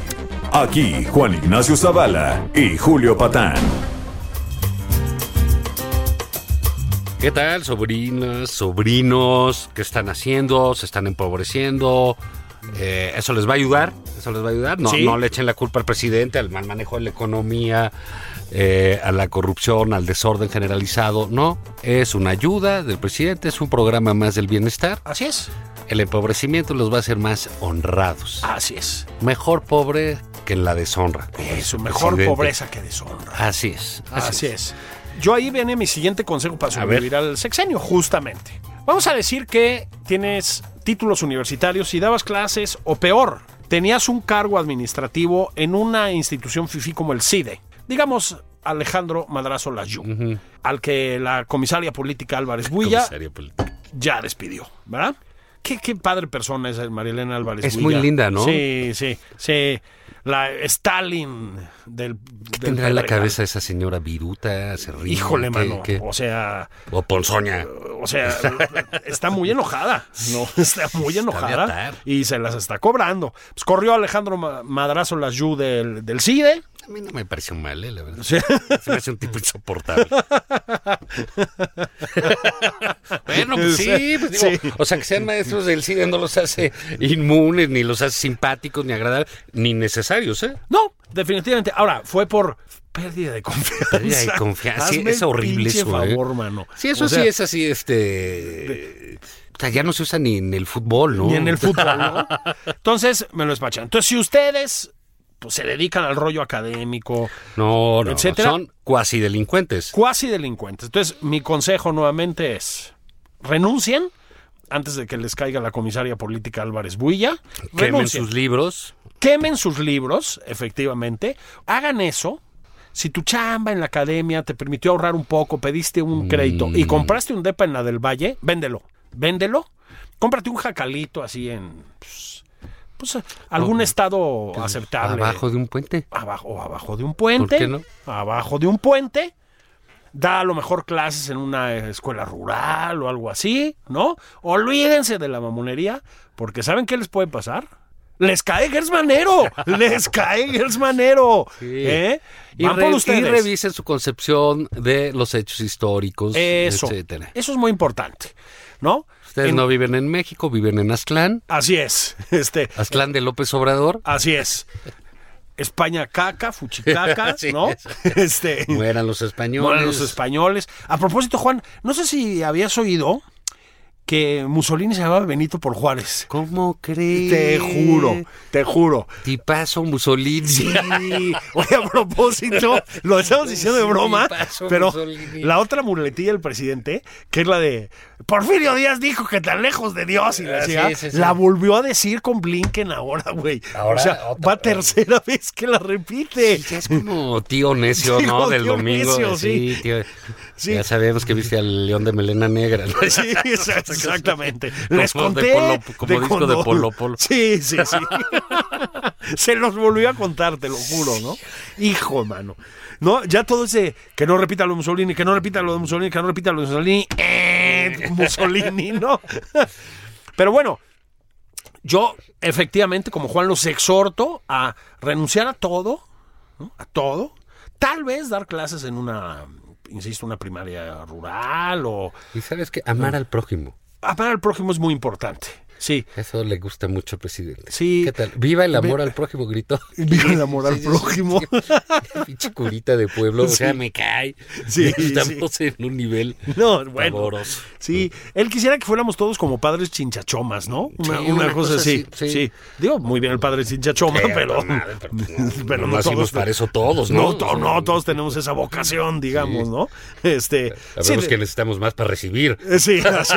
A: Aquí Juan Ignacio Zavala y Julio Patán.
C: ¿Qué tal, sobrinas, sobrinos? ¿Qué están haciendo? ¿Se están empobreciendo? Eh, eso les va a ayudar, eso les va a ayudar. No,
B: Sí.
C: no le echen la culpa al presidente, al mal manejo de la economía, eh, a la corrupción, al desorden generalizado. No, es una ayuda del presidente, es un programa más del bienestar.
B: Así es.
C: El empobrecimiento los va a hacer más honrados.
B: Así es.
C: Mejor pobre que en la deshonra.
B: Eso, Pues mejor
C: Presidente.
B: pobreza que deshonra.
C: Así es.
B: Así, es. Yo ahí viene mi siguiente consejo para
C: A ver.
B: sobrevivir al sexenio, justamente. Vamos a decir que tienes títulos universitarios y dabas clases, o peor, tenías un cargo administrativo en una institución FIFI como el CIDE. Digamos, Alejandro Madrazo Layú, al que la comisaria política Álvarez Builla
C: Comisario político.
B: ya despidió, ¿verdad? Qué, qué padre persona es Marilena Álvarez.
C: Es
B: Builla.
C: muy linda, ¿no?
B: Sí, sí, sí. La Stalin del. del
C: ¿Qué tendrá en la
B: Pedregal.
C: cabeza esa señora viruta? ¿Se ríe?
B: Híjole,
C: ¿Qué-
B: mano.
C: qué?
B: O sea,
C: O ponzoña.
B: o sea, está muy enojada. No, está muy enojada.
C: atar.
B: Y se las está cobrando. Pues corrió Alejandro Ma- Madrazo Layú del, del CIDE.
C: A mí no me pareció mal, eh, la verdad.
B: Sí.
C: Se me hace un tipo insoportable. bueno, pues sí, pues digo,
B: Sí.
C: o sea, que sean maestros del CIDE no los hace inmunes, ni los hace simpáticos, ni agradables, ni necesarios, ¿eh?
B: No, definitivamente. Ahora, fue por pérdida de confianza.
C: Pérdida de confianza. Sí,
B: Hazme
C: es
B: el
C: horrible
B: pinche
C: eso, ¿eh?
B: favor, mano.
C: Sí, eso
B: O sea,
C: sí es así, este... O sea, ya no se usa ni en el fútbol, ¿no?
B: ni en el fútbol, ¿no? Entonces, me lo despachan. Entonces, si ustedes pues, se dedican al rollo académico,
C: No, no,
B: Etcétera.
C: son cuasi delincuentes.
B: cuasi delincuentes. Entonces, mi consejo nuevamente es, renuncien antes de que les caiga la comisaria política Álvarez Builla.
C: Quemen
B: Renuncien.
C: sus libros.
B: Quemen sus libros, efectivamente. Hagan eso. Si tu chamba en la academia te permitió ahorrar un poco, pediste un crédito y compraste un depa en la del Valle, véndelo. Véndelo. Cómprate un jacalito así en... pues, pues, algún estado aceptable
C: Abajo de un puente.
B: abajo, o abajo de un puente.
C: ¿Por qué no?
B: Abajo de un puente. Da a lo mejor clases en una escuela rural o algo así, ¿no? Olvídense de la mamonería, porque ¿saben qué les puede pasar? ¡Les cae Gersmanero! ¡Les cae Gersmanero! ¿Eh?
C: Y,
B: Van
C: re-
B: por
C: y
B: ustedes.
C: revisen su concepción de los hechos históricos,
B: Eso.
C: etcétera.
B: Eso es muy importante, ¿no?
C: Ustedes
B: En-
C: no viven en México, viven en Aztlán,
B: Así es. Este,
C: Aztlán de López Obrador.
B: así es. España caca, fuchicaca,
C: Así
B: ¿no?
C: es.
B: Este.
C: Mueran los españoles.
B: Mueran los españoles. A propósito, Juan, no sé si habías oído que Mussolini se llamaba Benito por Juárez.
C: ¿Cómo crees?
B: Te juro, te juro.
C: Tipazo Mussolini.
B: Y, oye, a propósito, lo estamos diciendo de
C: Sí,
B: broma,
C: pasó
B: pero
C: Mussolini.
B: la otra muletilla del presidente, que es la de Porfirio Díaz dijo que tan lejos de Dios y la,
C: Ah, sí,
B: chingada,
C: sí, sí.
B: la volvió a decir con Blinken ahora, güey. O
C: Ahora,
B: sea,
C: otra-
B: va tercera vez que la repite.
C: Sí, ya es como tío necio,
B: Sí,
C: ¿no?
B: como
C: Del
B: tío
C: domingo.
B: necio,
C: sí,
B: sí.
C: tío.
B: Sí.
C: Ya sabemos que viste al león de melena negra. ¿no?
B: Pues Sí, exa- exactamente.
C: Como
B: Les
C: de
B: conté.
C: Polo- como disco de
B: cuando-
C: Polo Polo.
B: Sí, sí, sí. Se los volvió a contar, te lo juro, ¿no? Hijo, mano. No, ya todo ese que no repita lo de Mussolini, que no repita lo de Mussolini, que no repita lo de Mussolini. eh, Mussolini, ¿no? Pero bueno, yo efectivamente, como Juan, los exhorto a renunciar a todo, ¿no? a todo. Tal vez dar clases en una, insisto, una primaria rural o
C: Y sabes que amar al prójimo.
B: amar al Ah, prójimo es muy importante. Sí.
C: Eso le gusta mucho al presidente.
B: Sí.
C: ¿Qué tal? Viva el amor al prójimo, gritó.
B: Viva el amor al prójimo.
C: Pinche curita de pueblo. O sea, me cae.
B: Sí,
C: Estamos en un nivel
B: No, bueno.
C: pavoroso.
B: Sí, él quisiera que fuéramos todos como padres chinchachomas, ¿no? Una,
C: Sí,
B: una cosa
C: una cosa
B: así. Sí,
C: así, sí.
B: Digo, muy bien el padre chinchachoma,
C: Eh,
B: pero.
C: madre, pero no,
B: pero
C: no nacimos para eso todos, ¿no?
B: No,
C: O
B: to-
C: sea,
B: no, todos tenemos esa vocación, digamos, ¿no? Este. sí,
C: Sabemos
B: de-
C: que necesitamos más para recibir.
B: Eh, Sí, así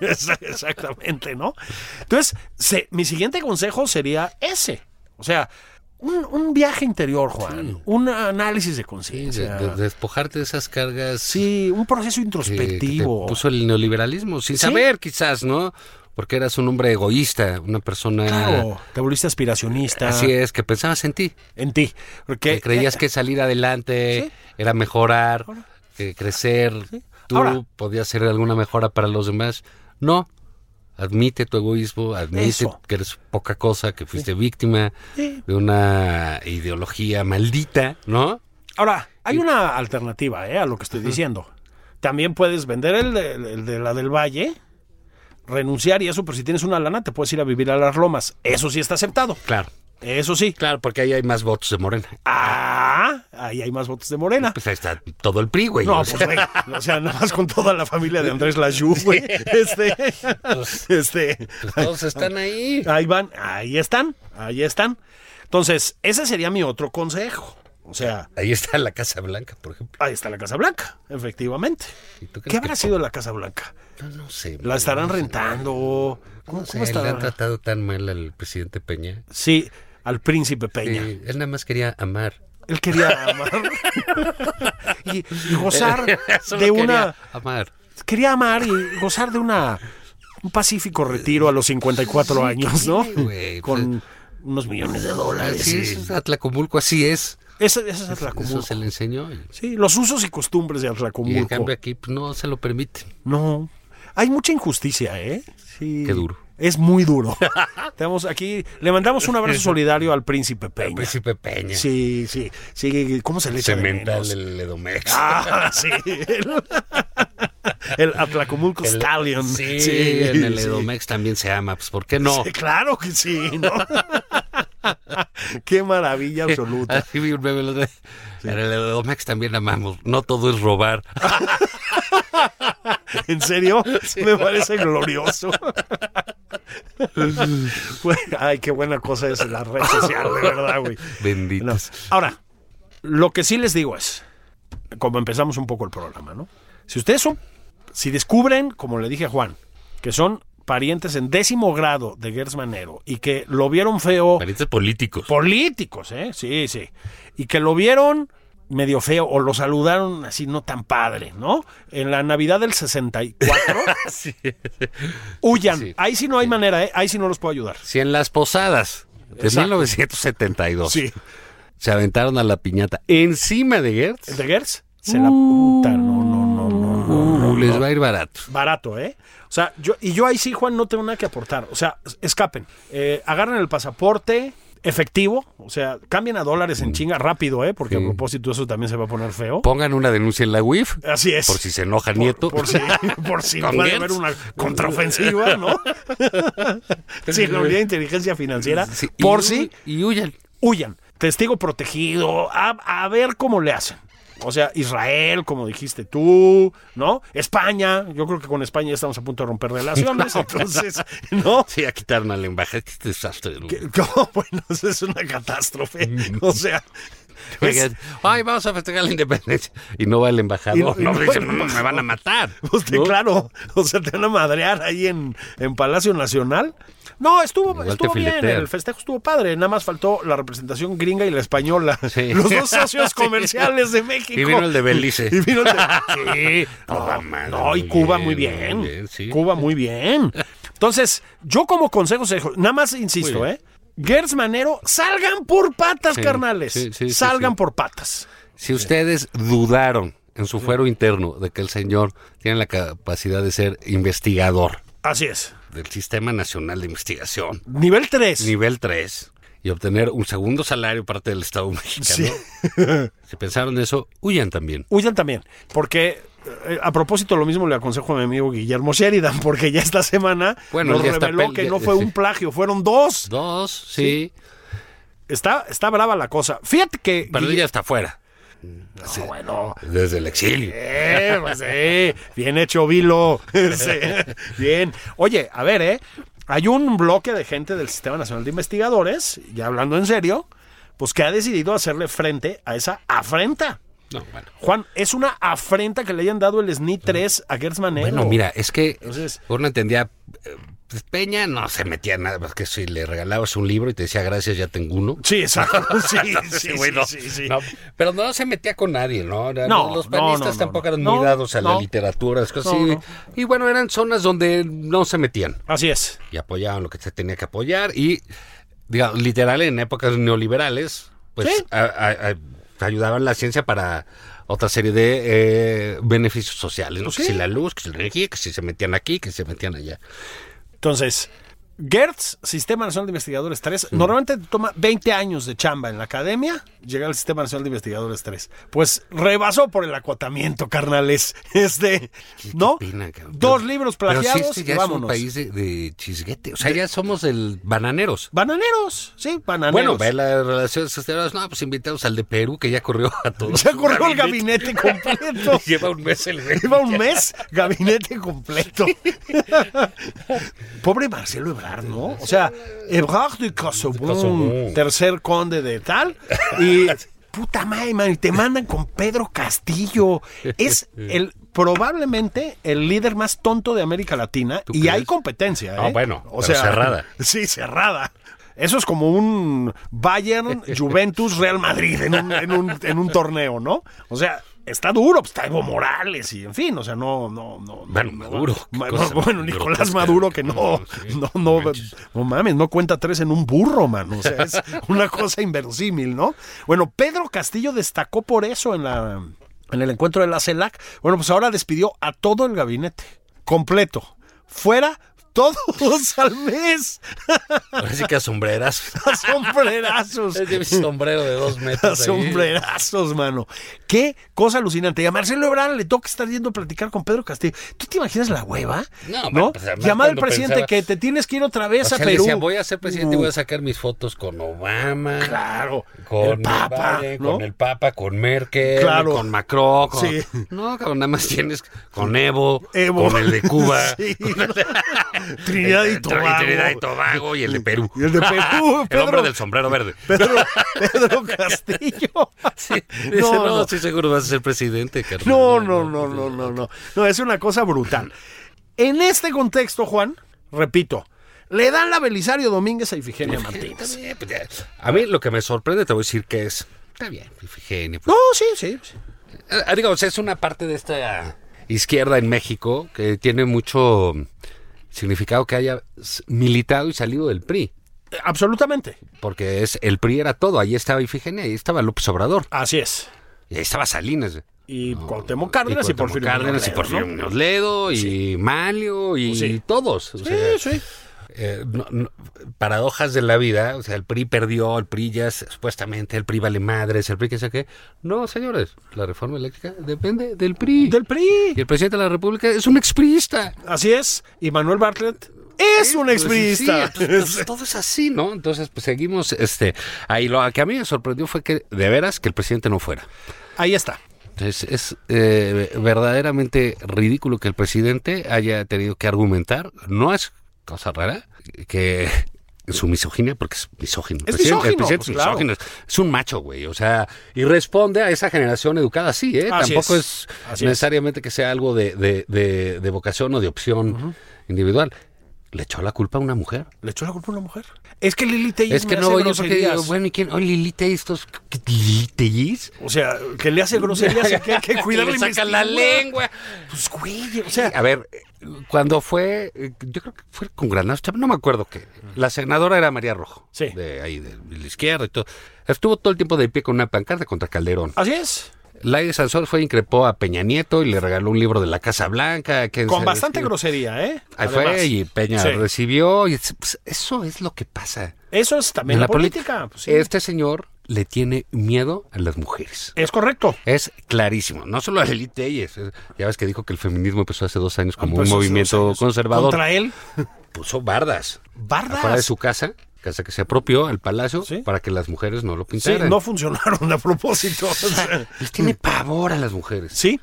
B: es. Ex- Exactamente, ¿no? Entonces, se- mi siguiente consejo sería ese. O sea, un, un viaje interior, Juan. Un análisis de
C: De-
B: conciencia.
C: de- despojarte de esas cargas eh,
B: Sí, un proceso
C: que- que te
B: introspectivo.
C: puso el neoliberalismo, sin
B: Sí.
C: saber quizás, ¿no? Porque eras un hombre egoísta, una persona...
B: Claro, te volviste aspiracionista
C: Así es, que pensabas en ti,
B: en ti. Porque eh,
C: que creías que salir adelante era mejorar, que crecer, tú
B: Ahora.
C: podías ser alguna mejora para los demás. No, admite tu egoísmo, admite
B: Eso.
C: que eres poca cosa, que fuiste víctima
B: Sí.
C: de una ideología maldita, ¿no?
B: Ahora, hay una alternativa ¿eh? a lo que estoy diciendo. También puedes vender el de, el de la del Valle, renunciar y eso, pero si tienes una lana, te puedes ir a vivir a las lomas. Eso sí está aceptado.
C: Claro,
B: Eso sí.
C: claro, porque ahí hay más votos de Morena.
B: Ah, ahí hay más votos de Morena.
C: Pues ahí está todo el PRI, güey.
B: No,
C: o sea,
B: pues, güey, o sea, nada más con toda la familia de Andrés Lajú, güey. Este,
C: Pues,
B: este,
C: todos están ahí.
B: ahí van, ahí están, ahí están. Entonces, ese sería mi otro consejo. O sea,
C: Ahí está la Casa Blanca, por ejemplo.
B: ahí está la Casa Blanca, efectivamente.
C: ¿Y tú crees
B: ¿Qué habrá
C: que-
B: sido la Casa Blanca?
C: No, no sé.
B: ¿La estarán rentando? ¿Cómo,
C: No
B: cómo
C: sé, le han
B: estará?
C: tratado tan mal al presidente Peña.
B: Sí, al príncipe Peña.
C: Eh, él nada más quería amar.
B: Él quería amar y, y gozar
C: Solo
B: de
C: quería
B: una.
C: Amar.
B: Quería amar y gozar de una un pacífico retiro a los 54 años, ¿no?
C: güey, pues.
B: Con unos millones de dólares.
C: Así
B: y-
C: es, Atlacomulco, así es.
B: Esa, esa es Atlacomulco.
C: Eso se le enseñó. Y,
B: Sí, los usos y costumbres de
C: y en
B: Atlacomulco.
C: cambio aquí pues, no se lo permiten.
B: Eh, No. Hay mucha injusticia, ¿eh? Sí.
C: Qué duro.
B: Es muy duro. Estamos aquí, le mandamos un abrazo solidario al príncipe
C: El
B: Peña.
C: príncipe Peña.
B: Sí, sí, sí. ¿Cómo se le echa de
C: Cementa
B: menos?
C: el Edomex.
B: Ah, sí. El, el Atlacomulco
C: El-
B: Stallion.
C: Sí, en el
B: sí.
C: Edomex también se ama. Pues, ¿por qué no?
B: Sí, claro que sí, ¿no? Qué maravilla absoluta.
C: Así vi un meme el otro día. En el Edomex también amamos. No todo es robar.
B: ¿En serio? Me parece glorioso. Bueno, Ay, qué buena cosa es la red social, de verdad, güey.
C: Bendito.
B: No. Ahora, lo que sí les digo es, como empezamos un poco el programa, ¿no? Si ustedes son, si descubren, como le dije a Juan, que son parientes en décimo grado de Gersmanero y que lo vieron feo,
C: Parientes políticos.
B: políticos, ¿eh? Sí, sí, y que lo vieron medio feo o lo saludaron así no tan padre, ¿no? En la Navidad del 64,
C: Sí.
B: huyan.
C: Sí,
B: Ahí sí no hay manera, ¿eh? Ahí sí no los puedo ayudar.
C: Si en las posadas de
B: Exacto.
C: 1972
B: Sí.
C: se aventaron a la piñata encima de Gertz,
B: ¿De Gers? Se la puta, no, no, no, no, no.
C: uh, les va a ir barato.
B: barato, ¿eh? O sea, yo, y yo ahí sí, Juan, no tengo nada que aportar. O sea, es- escapen. Eh, agarren el pasaporte efectivo. O sea, cambien a dólares en chinga rápido, ¿eh? Porque
C: Mm. Sí.
B: a propósito eso también se va a poner feo.
C: Pongan una denuncia en la UIF
B: Así es.
C: por si se enoja Nieto.
B: Por si, por si
C: ¿Con
B: puede
C: Gertz?
B: haber una contraofensiva, ¿no? sí, la unidad de inteligencia financiera.
C: Sí, y
B: por
C: hu-
B: si
C: Y huyan.
B: huyan. Testigo protegido, a, a ver cómo le hacen. O sea, Israel, como dijiste tú, ¿no? España, yo creo que con España ya estamos a punto de romper relaciones, entonces, ¿no?
C: Sí, a quitaron al embajador. Este desastre. ¿no?
B: Que- No, bueno, eso es una catástrofe. O sea, es-
C: Mm. Oigan, Ay, vamos a festejar la independencia. Y no va el embajador.
B: Y no- y
C: no,
B: no va
C: dicen,
B: el
C: "No, no, me van a matar.
B: pues, te-
C: ¿no?
B: claro, o sea, te van a madrear ahí en, en Palacio Nacional. No, estuvo,
C: Igual te
B: estuvo bien,
C: filetean.
B: el festejo estuvo padre, nada más faltó la representación gringa y la española.
C: Sí.
B: Los dos socios
C: Sí.
B: comerciales de México.
C: Y vino el de Belice.
B: Y vino el de- Sí.
C: No,
B: No,
C: man,
B: no, y
C: muy
B: Cuba
C: bien,
B: muy bien.
C: muy bien, sí.
B: Cuba muy bien. Entonces, yo como consejo, se- nada más insisto,
C: Muy
B: ¿eh? Gertz Manero, salgan por patas,
C: Sí,
B: carnales.
C: sí, sí, sí,
B: salgan
C: sí.
B: por patas.
C: Si ustedes dudaron en su fuero interno de que el señor tiene la capacidad de ser investigador
B: Así es.
C: del Sistema Nacional de Investigación,
B: Nivel 3.
C: nivel 3, y obtener un segundo salario parte del Estado mexicano, si pensaron eso, huyan también.
B: Huyan también, porque eh, a propósito lo mismo le aconsejo a mi amigo Guillermo Sheridan, porque ya esta semana
C: Bueno,
B: nos
C: ya está
B: reveló
C: pel-
B: que
C: ya-
B: no fue
C: sí.
B: un plagio, fueron dos.
C: Dos, sí,
B: Está, está brava la cosa. Fíjate que...
C: pero
B: Guille-
C: ella está afuera,
B: No, bueno.
C: desde el exilio.
B: Eh, pues, eh, bien hecho, Vilo. Sí, bien. Oye, a ver, ¿eh? Hay un bloque de gente del Sistema Nacional de Investigadores, ya hablando en serio, pues que ha decidido hacerle frente a esa afrenta.
C: No, bueno.
B: Juan, es una afrenta que le hayan dado el SNI 3 a Gertz Manero.
C: Bueno, mira, es que
B: Entonces-
C: uno entendía, eh, pues, Peña no se metía nada más que si le regalabas un libro y te decía gracias, ya tengo uno.
B: Sí, exacto. Sí,
C: Entonces,
B: sí,
C: güey,
B: sí,
C: no,
B: sí, sí.
C: no, pero no se metía con nadie, ¿no? Era-
B: No,
C: los
B: no,
C: panistas
B: no, no,
C: tampoco
B: no.
C: eran muy
B: No,
C: dados a
B: no.
C: la literatura, las cosas
B: No,
C: así.
B: no.
C: Y bueno, eran zonas donde no se metían
B: Así es.
C: y apoyaban lo que se tenía que apoyar. Y, digamos, literal, en épocas neoliberales, pues
B: Sí.
C: a- a- a- ayudaban la ciencia para otra serie de eh, beneficios sociales, ¿no?
B: Pues
C: que
B: sí.
C: si la luz, que si la energía, que si se metían aquí, que si se metían allá.
B: Entonces, GERTS, Sistema Nacional de Investigadores 3, normalmente te toma 20 años de chamba en la academia, llega al Sistema Nacional de Investigadores 3. Pues rebasó por el acuatamiento, carnales. Este, ¿no?
C: pena, cabrón.
B: Dos
C: Pero-
B: libros
C: Pero sí,
B: plagiados
C: este ya
B: y
C: es un
B: vámonos.
C: país de, de chisguete. O sea, ya somos el bananeros.
B: Bananeros, sí, bananeros.
C: Bueno, ve las relaciones exteriores. No, pues invitamos al de Perú, que ya corrió a todos.
B: Se corrió el gabinete completo.
C: Lleva un mes el güey.
B: Lleva un mes, gabinete completo. Pobre Marcelo Ebrard, ¿no? O sea, Ebrard de Casobón,
C: Casobón.
B: tercer conde de tal, y puta madre, man, y te mandan con Pedro Castillo. Es el probablemente el líder más tonto de América Latina y
C: crees?
B: hay competencia, ¿eh?
C: Ah, bueno, pero cerrada.
B: Sí, cerrada. Eso es como un Bayern, Juventus, Real Madrid en un, en un- en un torneo, ¿no? O sea, está duro, pues está Evo Morales y en fin, o sea, no, no, no. no,
C: Bueno,
B: no,
C: Maduro, qué
B: Ma-
C: cosa
B: bueno,
C: más
B: Nicolás
C: grotesca,
B: Maduro que no,
C: cabrón, sí,
B: no,
C: no
B: no,
C: manches.
B: no mames, no cuenta tres en un burro, man. O sea, es una cosa inverosímil, ¿no? Bueno, Pedro Castillo destacó por eso en la en el encuentro de la CELAC. Bueno, pues ahora despidió a todo el gabinete, completo. Fuera todos al mes.
C: Ahora sí que a sombreras.
B: A sombrerazos.
C: Es de mi sombrero de dos
B: A
C: metros. ahí.
B: sombrerazos, mano. Qué cosa alucinante. Y a Marcelo Ebrard le toca estar yendo a platicar con Pedro Castillo. ¿Tú te imaginas la hueva?
C: No,
B: ¿No?
C: bueno, pues, además,
B: Llamar al
C: cuando
B: presidente
C: pensaba-
B: que te tienes que ir otra vez
C: O sea,
B: a
C: le
B: Perú.
C: decía, voy a ser presidente y
B: No,
C: voy a sacar mis fotos con Obama.
B: Claro.
C: Con
B: el Papa,
C: Biden,
B: ¿no?
C: Con el Papa, con Merkel,
B: Claro.
C: con Macron. con-
B: Sí.
C: No, cabrón, nada más tienes con Evo,
B: Evo.
C: con el de Cuba.
B: Sí.
C: con el de-
B: Trinidad y
C: Trinidad
B: Tobago.
C: y Tobago y el de Perú.
B: Y el de Perú,
C: el
B: Pedro.
C: hombre del sombrero verde.
B: Pedro, Pedro Castillo.
C: Sí, dice,
B: No,
C: no,
B: no.
C: estoy seguro vas a ser presidente, carnal.
B: No, no, no, no, no, no. No, es una cosa brutal. En este contexto, Juan, repito, le dan la Belisario Domínguez a Ifigenia Martínez.
C: Está bien, pues ya. A mí lo que me sorprende, te voy a decir que es. Está bien, Ifigenia. pues.
B: No, sí, sí. sí.
C: Ah, digo, o sea, es una parte de esta izquierda en México que tiene mucho significado que haya s- militado y salido del PRI.
B: Eh, Absolutamente.
C: Porque es el PRI era todo. Ahí estaba Ifigenia, ahí estaba López Obrador,
B: Así es.
C: y ahí estaba Salinas.
B: Y Cuauhtémoc Cárdenas y,
C: Cuauhtémoc
B: Porfirio
C: Cárdenas y
B: Muñoz Ledo, Pues
C: Porfirio Muñoz Ledo y Malio y
B: Sí.
C: todos. o sea,
B: ¿no? Sí, sí.
C: eh, no- no- paradojas de la vida, o sea, el PRI perdió, el PRI ya es- supuestamente, el PRI vale madres, el PRI que sé qué. No, señores, la reforma eléctrica depende del PRI.
B: Del
C: Y
B: PRI.
C: el presidente de la República es un expriista.
B: Así es. Y Manuel Bartlett es un
C: Pues,
B: expriista.
C: sí, entonces, pues, todo es así, ¿no? Entonces, pues seguimos, este, ahí lo que a mí me sorprendió fue que, de veras, que el presidente no fuera.
B: Ahí está.
C: Es, es eh, verdaderamente ridículo que el presidente haya tenido que argumentar, no es cosa rara, que su misoginia, porque es misógino.
B: Es
C: el presidente, el
B: misógino,
C: presidente
B: pues,
C: es
B: claro.
C: misógino, es un macho, güey, o sea, y responde a esa generación educada así, ¿eh?
B: Así
C: Tampoco
B: es,
C: es,
B: así es.
C: necesariamente que sea algo de, de- de- de vocación o de opción individual. Le echó la culpa a una mujer.
B: ¿Le echó la culpa a una mujer? Es que Lili Tellez
C: Es que
B: me
C: no
B: hace
C: voy yo porque digo,
B: groserías.
C: bueno, ¿y quién? Oh, Lili Tellez, estos Lili Tellez.
B: O sea, que le hace groserías y que hay que cuidar
C: Le sacan la lengua.
B: Pues güey, o sea,
C: A ver, eh, cuando fue, eh, yo creo que fue con Granados, Chapa, no me acuerdo qué. La senadora era María Rojo.
B: Sí.
C: De ahí, de, de la izquierda y todo. Estuvo todo el tiempo de pie con una pancarta contra Calderón.
B: así es.
C: Laide Sansor fue e increpó a Peña Nieto y le regaló un libro de la Casa Blanca. que
B: Con
C: se-
B: bastante
C: que-
B: grosería, ¿eh?
C: Ahí
B: Además.
C: fue y Peña
B: Sí.
C: recibió. Y es- pues, eso es lo que pasa.
B: Eso es también
C: en
B: la,
C: la poli-
B: política. pues, sí.
C: Este señor le tiene miedo a las mujeres.
B: Es corcorrecto.
C: Es clarísimo, no solo a Lili Tellez. eh, Ya ves que dijo que el feminismo empezó hace dos años como
B: Pues,
C: un
B: hace dos
C: movimiento
B: años.
C: conservador. Ah,
B: Contra él.
C: Puso bardas,
B: Bardas.
C: afuera de su casa, casa que se apropió al palacio
B: Sí.
C: para que las mujeres no lo
B: Sí,
C: pintaran.
B: no Mm. funcionaron a propósito. O sea,
C: Les tiene pavor a las mujeres.
B: sí.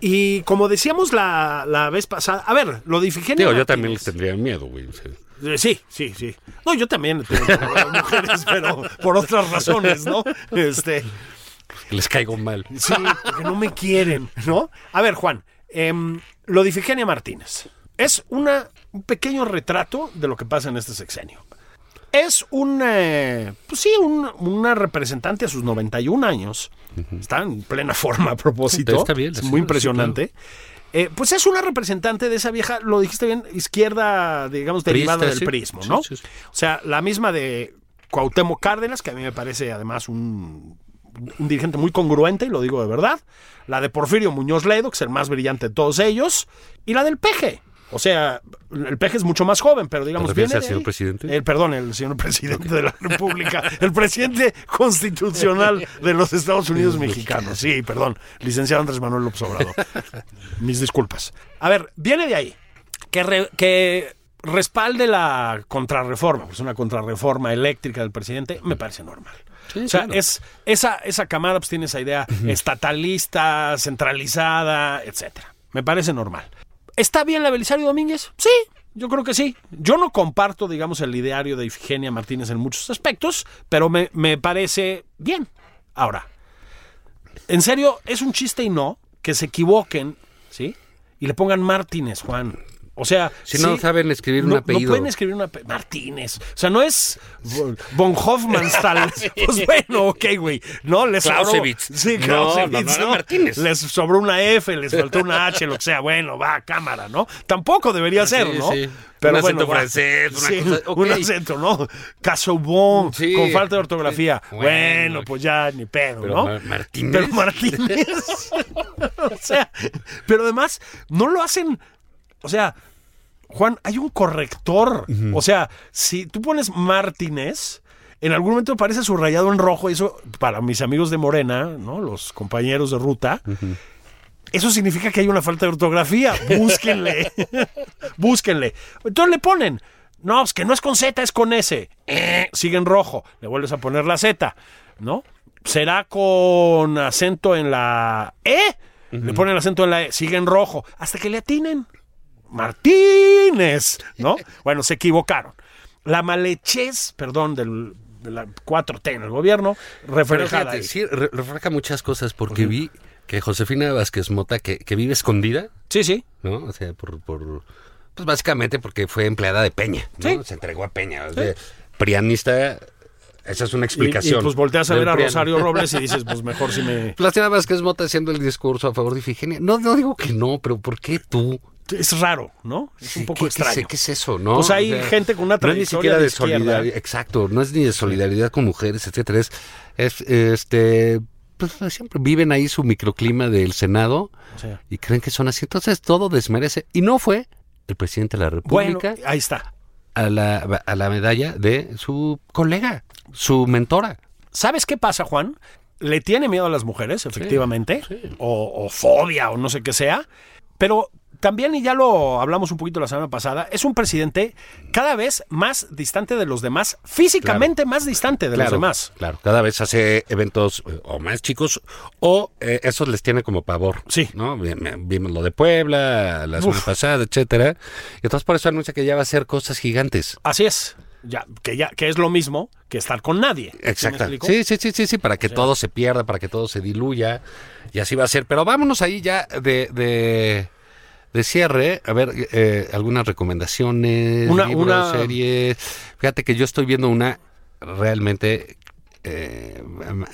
B: Y como decíamos la, la vez pasada, a ver, lo de Ifigenia.
C: Digo, yo
B: Martínez-
C: también les tendría miedo, güey. o sea.
B: Eh, Sí, sí, sí. No, yo también tengo problemas con mujeres, pero por otras razones, ¿no? Este,
C: Les caigo mal.
B: sí, porque no me quieren, ¿no? A ver, Juan, em, lo de Ifigenia Martínez es una, un pequeño retrato de lo que pasa en este sexenio. Es un, eh, pues sí, un- una representante a sus 91 años. Está en plena forma a propósito.
C: Está bien,
B: es
C: sí,
B: muy
C: sí,
B: impresionante. Eh, pues es una representante de esa vieja, lo dijiste bien, izquierda, digamos,
C: Priista,
B: derivada del
C: sí.
B: prismo,
C: Sí,
B: ¿no?
C: sí, sí.
B: O sea, la misma de Cuauhtémoc Cárdenas, que a mí me parece además un, un dirigente muy congruente, y lo digo de verdad. La de Porfirio Muñoz Ledo, que es el más brillante de todos ellos. Y la del Peje, O sea, el peje es mucho más joven, pero digamos...
C: ¿Te refieres
B: viene
C: al
B: de
C: señor
B: ahí.
C: presidente?
B: El- perdón, el señor presidente de la República. El presidente constitucional de los Estados Unidos mexicanos. Sí, perdón. Licenciado Andrés Manuel López Obrador. Mis disculpas. A ver, viene de ahí. Que, re- que respalde la contrarreforma, pues una contrarreforma eléctrica del presidente, me parece normal.
C: Sí,
B: o sea,
C: claro.
B: es, esa, esa camada pues tiene esa idea estatalista, centralizada, etcétera. Me parece normal. ¿Está bien la Belisario Domínguez? Sí, yo creo que sí. Yo no comparto, digamos, el ideario de Ifigenia Martínez en muchos aspectos, pero me, me parece bien. Ahora, en serio, es un chiste y no que se equivoquen, ¿sí? Y le pongan Martínez, Juan. O sea,
C: Si no saben escribir un
B: no- No
C: apellido.
B: pueden escribir un apellido. Martínez. O sea, no es Von- von Hoffman tal. Pues bueno, ok, güey. No, les
C: Clausewitz.
B: sobró. Sí,
C: No,
B: Clausewitz,
C: no, no era Martínez.
B: Les sobró una F, les faltó una H, lo que sea. Bueno, va, cámara, ¿no? Tampoco debería ser,
C: Sí,
B: ¿no?
C: sí.
B: Pero
C: Un acento
B: va.
C: francés, una
B: Sí,
C: cosa- ok.
B: un acento, ¿no? Casobón,
C: Sí.
B: con falta de ortografía.
C: Sí.
B: Bueno,
C: Bueno,
B: pues ya ni pedo,
C: Pero
B: ¿no?
C: Mar- Martínez.
B: Pero Martínez. o sea, pero además, no lo hacen. O sea, Juan, hay un corrector. O sea, si tú pones Martínez, en algún momento aparece subrayado en rojo. Eso, para mis amigos de Morena, ¿no? Los compañeros de ruta. Eso significa que hay una falta de ortografía. Búsquenle. Búsquenle. Entonces le ponen. No, es que no es con Z, es con S. Eh, sigue en rojo. Le vuelves a poner la Z, ¿no? Será con acento en la E. Le ponen el acento en la E. Sigue en rojo. Hasta que le atinen. Martínez, ¿no? Bueno, se equivocaron. La malechez, perdón, del, de la 4T en el gobierno,
C: Pero
B: reflejada
C: fíjate,
B: ahí.
C: sí, re- refleja muchas cosas porque vi que Josefina Vázquez Mota, que, que vive escondida,
B: sí, sí.
C: ¿no? O sea, por, por- pues básicamente porque fue empleada de Peña, ¿no?
B: Sí.
C: Se entregó a Peña. o sea, prianista, esa es una
B: Y- Y,
C: explicación.
B: pues volteas a
C: del
B: ver a
C: prian.
B: Rosario Robles y dices, pues mejor si me...
C: Plastina Vázquez Mota haciendo el discurso a favor de Ifigenia. No, no digo que no, pero ¿por qué tú?
B: Es raro, ¿no? Es un poco
C: ¿Qué- qué
B: extraño.
C: es- ¿Qué es eso, no?
B: Pues hay gente con una trayectoria
C: No
B: de
C: es ni siquiera de,
B: izquierda. ¿eh?
C: solidaridad. Exacto, no es ni de solidaridad con mujeres, etcétera. Es, es, este. Pues siempre viven ahí su microclima del Senado
B: O sea,
C: y creen que son así. Entonces todo desmerece. Y no fue el presidente de la
B: bueno,
C: República
B: ahí está.
C: a, la, a la medalla de su colega, su mentora.
B: ¿Sabes qué pasa, Juan? Le tiene miedo a las mujeres, efectivamente, O, o fobia o no sé qué sea, pero también, y ya lo hablamos un poquito la semana pasada, es un presidente cada vez más distante de los demás, físicamente más distante de los demás.
C: Claro, cada vez hace eventos eh, o más chicos o eh, esos les tiene como pavor.
B: Sí.
C: ¿no? Vi- me- Vimos lo de Puebla, la semana
B: Uf.
C: pasada, etcétera. Y entonces por eso anuncia que ya va a hacer cosas gigantes.
B: Así es, ya que, ya, que es lo mismo que estar con nadie. ¿Sí me
C: Exactamente.
B: explico?
C: Sí, sí, sí, sí, sí, para que todo se pierda, para que todo se diluya. Y así va a ser. Pero vámonos ahí ya de, de, de cierre. A ver, eh, algunas recomendaciones,
B: Una-
C: libros,
B: una-
C: series. Fíjate que yo estoy viendo una realmente... eh,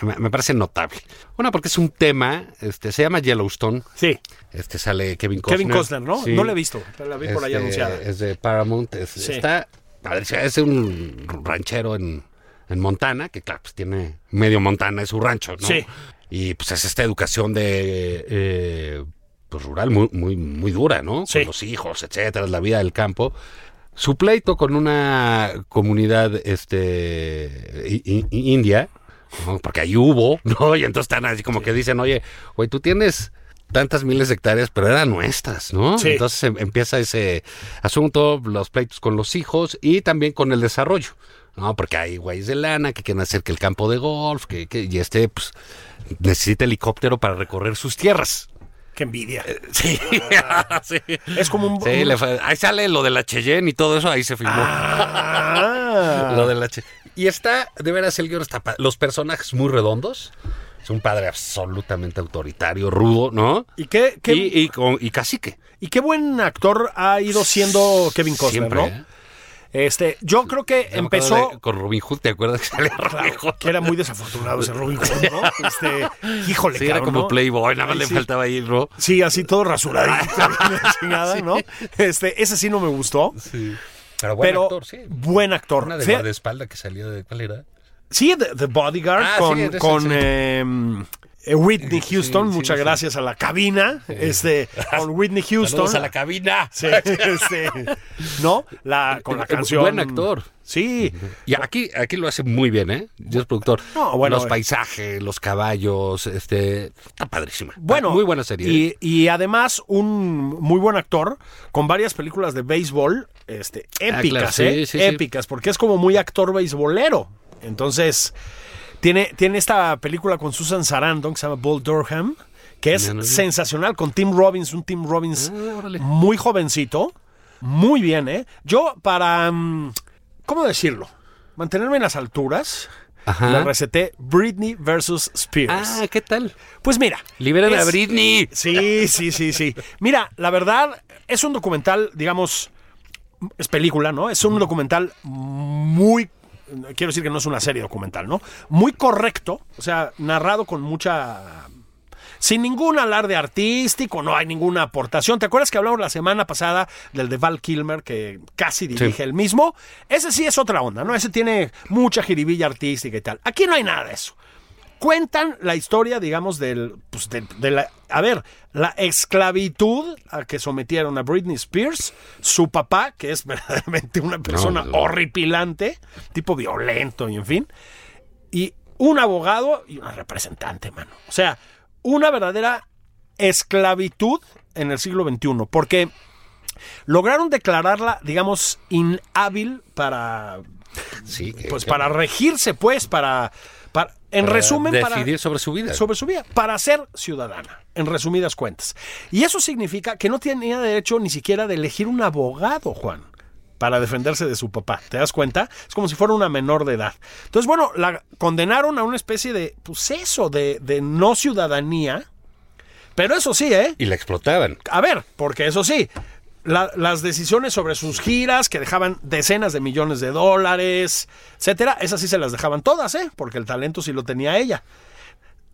C: me, me parece notable. Una porque es un tema, este, se llama Yellowstone,
B: Sí,
C: este sale Kevin Costner.
B: Kevin Costner, ¿no?
C: Sí.
B: No la he visto, pero la vi por ahí
C: Es de-
B: anunciada.
C: Este, Es de Paramount. es-
B: Sí.
C: Está, a ver, es un ranchero en, en Montana, que claro, pues tiene medio Montana, es su rancho, ¿no?
B: Sí.
C: Y pues es esta educación de eh, pues, rural muy, muy, muy dura, ¿no?
B: Sí.
C: Con los hijos, etcétera, la vida del campo. Su pleito con una comunidad este i- i- i- india, ¿no? porque ahí hubo, ¿no? Y entonces están así como que dicen, oye, güey, tú tienes tantas miles de hectáreas, pero eran nuestras, ¿no?
B: Sí.
C: Entonces em- empieza ese asunto, los pleitos con los hijos y también con el desarrollo, ¿no? Porque hay güeyes de lana que quieren hacer que el campo de golf, que, que- y este, pues, necesita helicóptero para recorrer sus tierras.
B: qué envidia.
C: Sí, sí.
B: Es como un...
C: Sí, le fa- ahí sale lo de la Cheyenne y todo eso, ahí se filmó.
B: Ah.
C: Lo de la che- Y está, de veras, el guión está pa- Los personajes muy redondos. Es un padre absolutamente autoritario, rudo, ¿no?
B: ¿Y qué, qué-
C: Y, y, con- y cacique.
B: y qué buen actor ha ido siendo Kevin Costner,
C: Siempre,
B: ¿no?
C: ¿eh?
B: Este, yo creo que
C: Yo me acuerdo
B: empezó
C: de- con Robin Hood, ¿te acuerdas que salía Robin Hood?
B: que era muy desafortunado ese Robin Hood, ¿no? Este, híjole,
C: Sí, era
B: cabrón,
C: como
B: ¿no?
C: Playboy, nada más
B: Ay,
C: le
B: sí.
C: faltaba ir, ¿no?
B: Sí, así todo rasuradito, la chingada, ¿no? Este, ese sí no me gustó,
C: Sí. Pero buen
B: pero
C: actor, sí.
B: buen actor.
C: Una de
B: Fe-
C: guardaespalda que salió de. ¿Cuál era?
B: Sí, The, The Bodyguard
C: Ah, sí,
B: con,
C: de ese,
B: con
C: sí.
B: em, Eh, Whitney Houston, muchas gracias a la cabina, este, con Whitney Houston.
C: Saludos a la cabina.
B: Sí, este, ¿no? La, con la
C: Eh, eh,
B: canción.
C: buen actor.
B: Sí,
C: Y aquí, aquí lo hace muy bien, ¿eh? Yo es productor.
B: No, bueno,
C: los
B: eh.
C: paisajes, los caballos, este. Está padrísima.
B: bueno.
C: Muy buena serie. ¿eh?
B: Y, y además, un muy buen actor con varias películas de béisbol este,
C: Ah,
B: épicas,
C: claro, sí,
B: ¿eh?
C: sí, sí.
B: épicas, porque es como muy actor beisbolero. Entonces, tiene, tiene esta película con Susan Sarandon que se llama Bull Durham, que es
C: Ya no vi.
B: sensacional, con Tim Robbins, un Tim Robbins
C: Ah, órale.
B: muy jovencito. Muy bien, ¿eh? Yo, para. mm, ¿Cómo decirlo? Mantenerme en las alturas.
C: Ajá.
B: La receté Britney versus Spears.
C: Ah, ¿qué tal?
B: Pues mira.
C: Liberan a
B: es-
C: Britney.
B: Sí, sí, sí, sí. Mira, la verdad, es un documental, digamos, es película, ¿no? Es un documental muy. Quiero decir que no es una serie documental, ¿no? Muy correcto, o sea, narrado con mucha. Sin ningún alarde artístico, no hay ninguna aportación. ¿Te acuerdas que hablamos la semana pasada del de Val Kilmer, que casi dirige el mismo? Ese sí es otra onda, ¿no? Ese tiene mucha jiribilla artística y tal. Aquí no hay nada de eso cuentan la historia, digamos, del, pues, del- de la, a ver, la esclavitud a que sometieron a Britney Spears, su papá, que es verdaderamente una persona
C: no.
B: horripilante, tipo violento y en fin, y un abogado y una representante, mano. O sea, una verdadera esclavitud en el siglo XXI, porque lograron declararla, digamos, inhábil para,
C: Sí. que-
B: pues,
C: que-
B: para regirse, pues, para, para en
C: para
B: resumen, para
C: Decidir sobre su vida.
B: sobre su vida para ser ciudadana, en resumidas cuentas. Y eso significa que no tenía derecho ni siquiera de elegir un abogado, Juan, para defenderse de su papá. ¿Te das cuenta? Es como si fuera una menor de edad. Entonces, bueno, la condenaron a una especie de, pues eso, de, de no ciudadanía. Pero eso sí, ¿eh?
C: Y la explotaban.
B: a ver, porque eso sí, la- las decisiones sobre sus giras, que dejaban decenas de millones de dólares, etcétera, esas sí se las dejaban todas, ¿eh? Porque el talento sí lo tenía ella.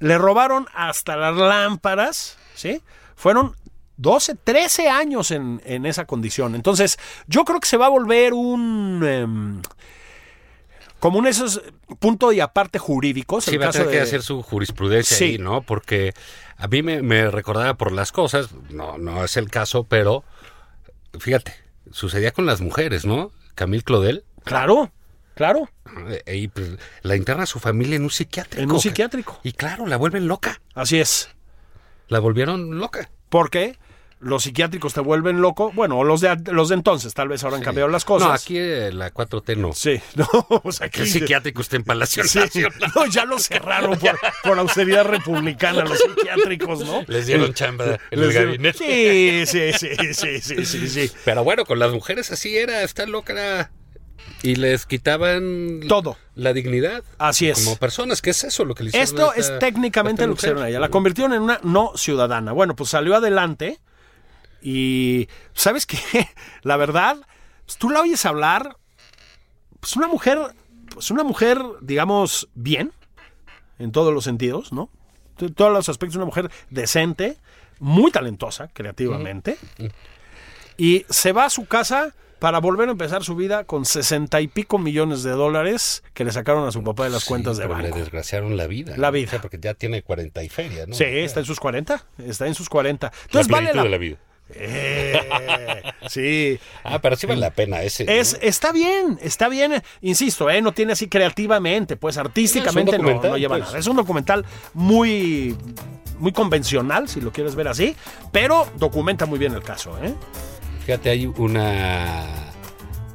B: Le robaron hasta las lámparas, ¿sí? Fueron 12, 13 años en, en esa condición. Entonces, yo creo que se va a volver un. em, como un esos punto y aparte jurídicos.
C: Sí,
B: el
C: va a
B: caso
C: tener que
B: de-
C: hacer su jurisprudencia
B: Sí.
C: ahí, ¿no? Porque a mí me, me recordaba por las cosas, no, no es el caso, pero fíjate, sucedía con las mujeres, ¿no? Camille Claudel,
B: Claro, claro.
C: eh, y pues, la interna a su familia en un psiquiátrico.
B: En un psiquiátrico.
C: Y claro, la vuelven loca,
B: Así es.
C: la volvieron loca.
B: Porque los psiquiátricos te vuelven loco. Bueno, o los de, los de entonces, tal vez ahora han cambiado las cosas.
C: No, aquí eh, la 4T no.
B: Sí, no, o sea,
C: Que
B: aquí...
C: el psiquiátrico está en Palacio
B: Sí,
C: Nacional.
B: no, ya lo cerraron por, por austeridad republicana los psiquiátricos, ¿no?
C: Les dieron chamba en el
B: Les dieron-
C: gabinete.
B: Sí, sí, sí, sí, sí, sí, sí.
C: Pero bueno, con las mujeres así era, está loca. Y les quitaban
B: Todo.
C: La dignidad.
B: Así es.
C: Como personas, ¿qué es eso lo que le hicieron?
B: Esto
C: a esta-
B: es técnicamente
C: a esta
B: lo que hicieron a
C: mujer?
B: ella. La convirtieron en una no ciudadana. Bueno, pues salió adelante y ¿sabes qué? La verdad, pues tú la oyes hablar, pues una mujer, pues una mujer, digamos, bien, en todos los sentidos, ¿no? En todos los aspectos, una mujer decente, muy talentosa creativamente, y se va a su casa para volver a empezar su vida con sesenta y pico millones de dólares que le sacaron a su papá de las
C: Sí,
B: cuentas de
C: pero
B: banco.
C: Le desgraciaron la vida.
B: La
C: ¿no?
B: vida.
C: O sea, porque ya tiene 40 y feria, ¿no?
B: Sí, está en sus 40. Está en sus 40.
C: La
B: Entonces vale
C: plenitud
B: la...
C: de la vida.
B: Eh, sí.
C: Ah, pero sí vale la pena ese. ¿no?
B: Es, está bien, está bien. eh, Insisto, eh, no tiene así creativamente, pues artísticamente no,
C: documental,
B: no lleva
C: pues.
B: nada. Es un documental muy, muy convencional, si lo quieres ver así, pero documenta muy bien el caso. ¿eh?
C: Fíjate, hay una.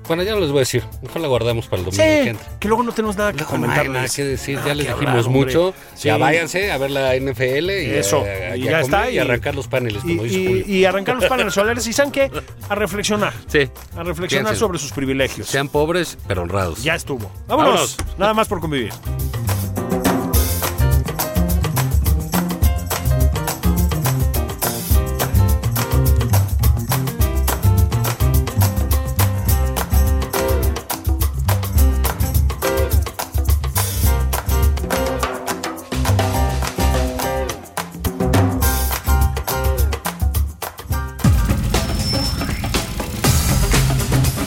C: Bueno, ya no les voy a decir. Mejor la guardamos para el domingo que
B: Sí,
C: entra.
B: que luego no tenemos nada que
C: No, no
B: comentar.
C: hay
B: de
C: nada
B: eso.
C: que decir,
B: Nada
C: ya les
B: que
C: dijimos
B: hablar, hombre.
C: mucho.
B: Sí.
C: Ya váyanse a ver la NFL y
B: Eso,
C: a-
B: y
C: a
B: ya
C: comer
B: está.
C: y, arrancar los paneles,
B: y,
C: como dice
B: y-
C: Julio.
B: y arrancar los paneles solares y, ¿saben qué? A reflexionar.
C: Sí.
B: A reflexionar
C: Fíjense.
B: sobre sus privilegios.
C: Sean pobres, pero honrados.
B: Ya estuvo. Vámonos.
C: Vámonos.
B: Nada más por convivir.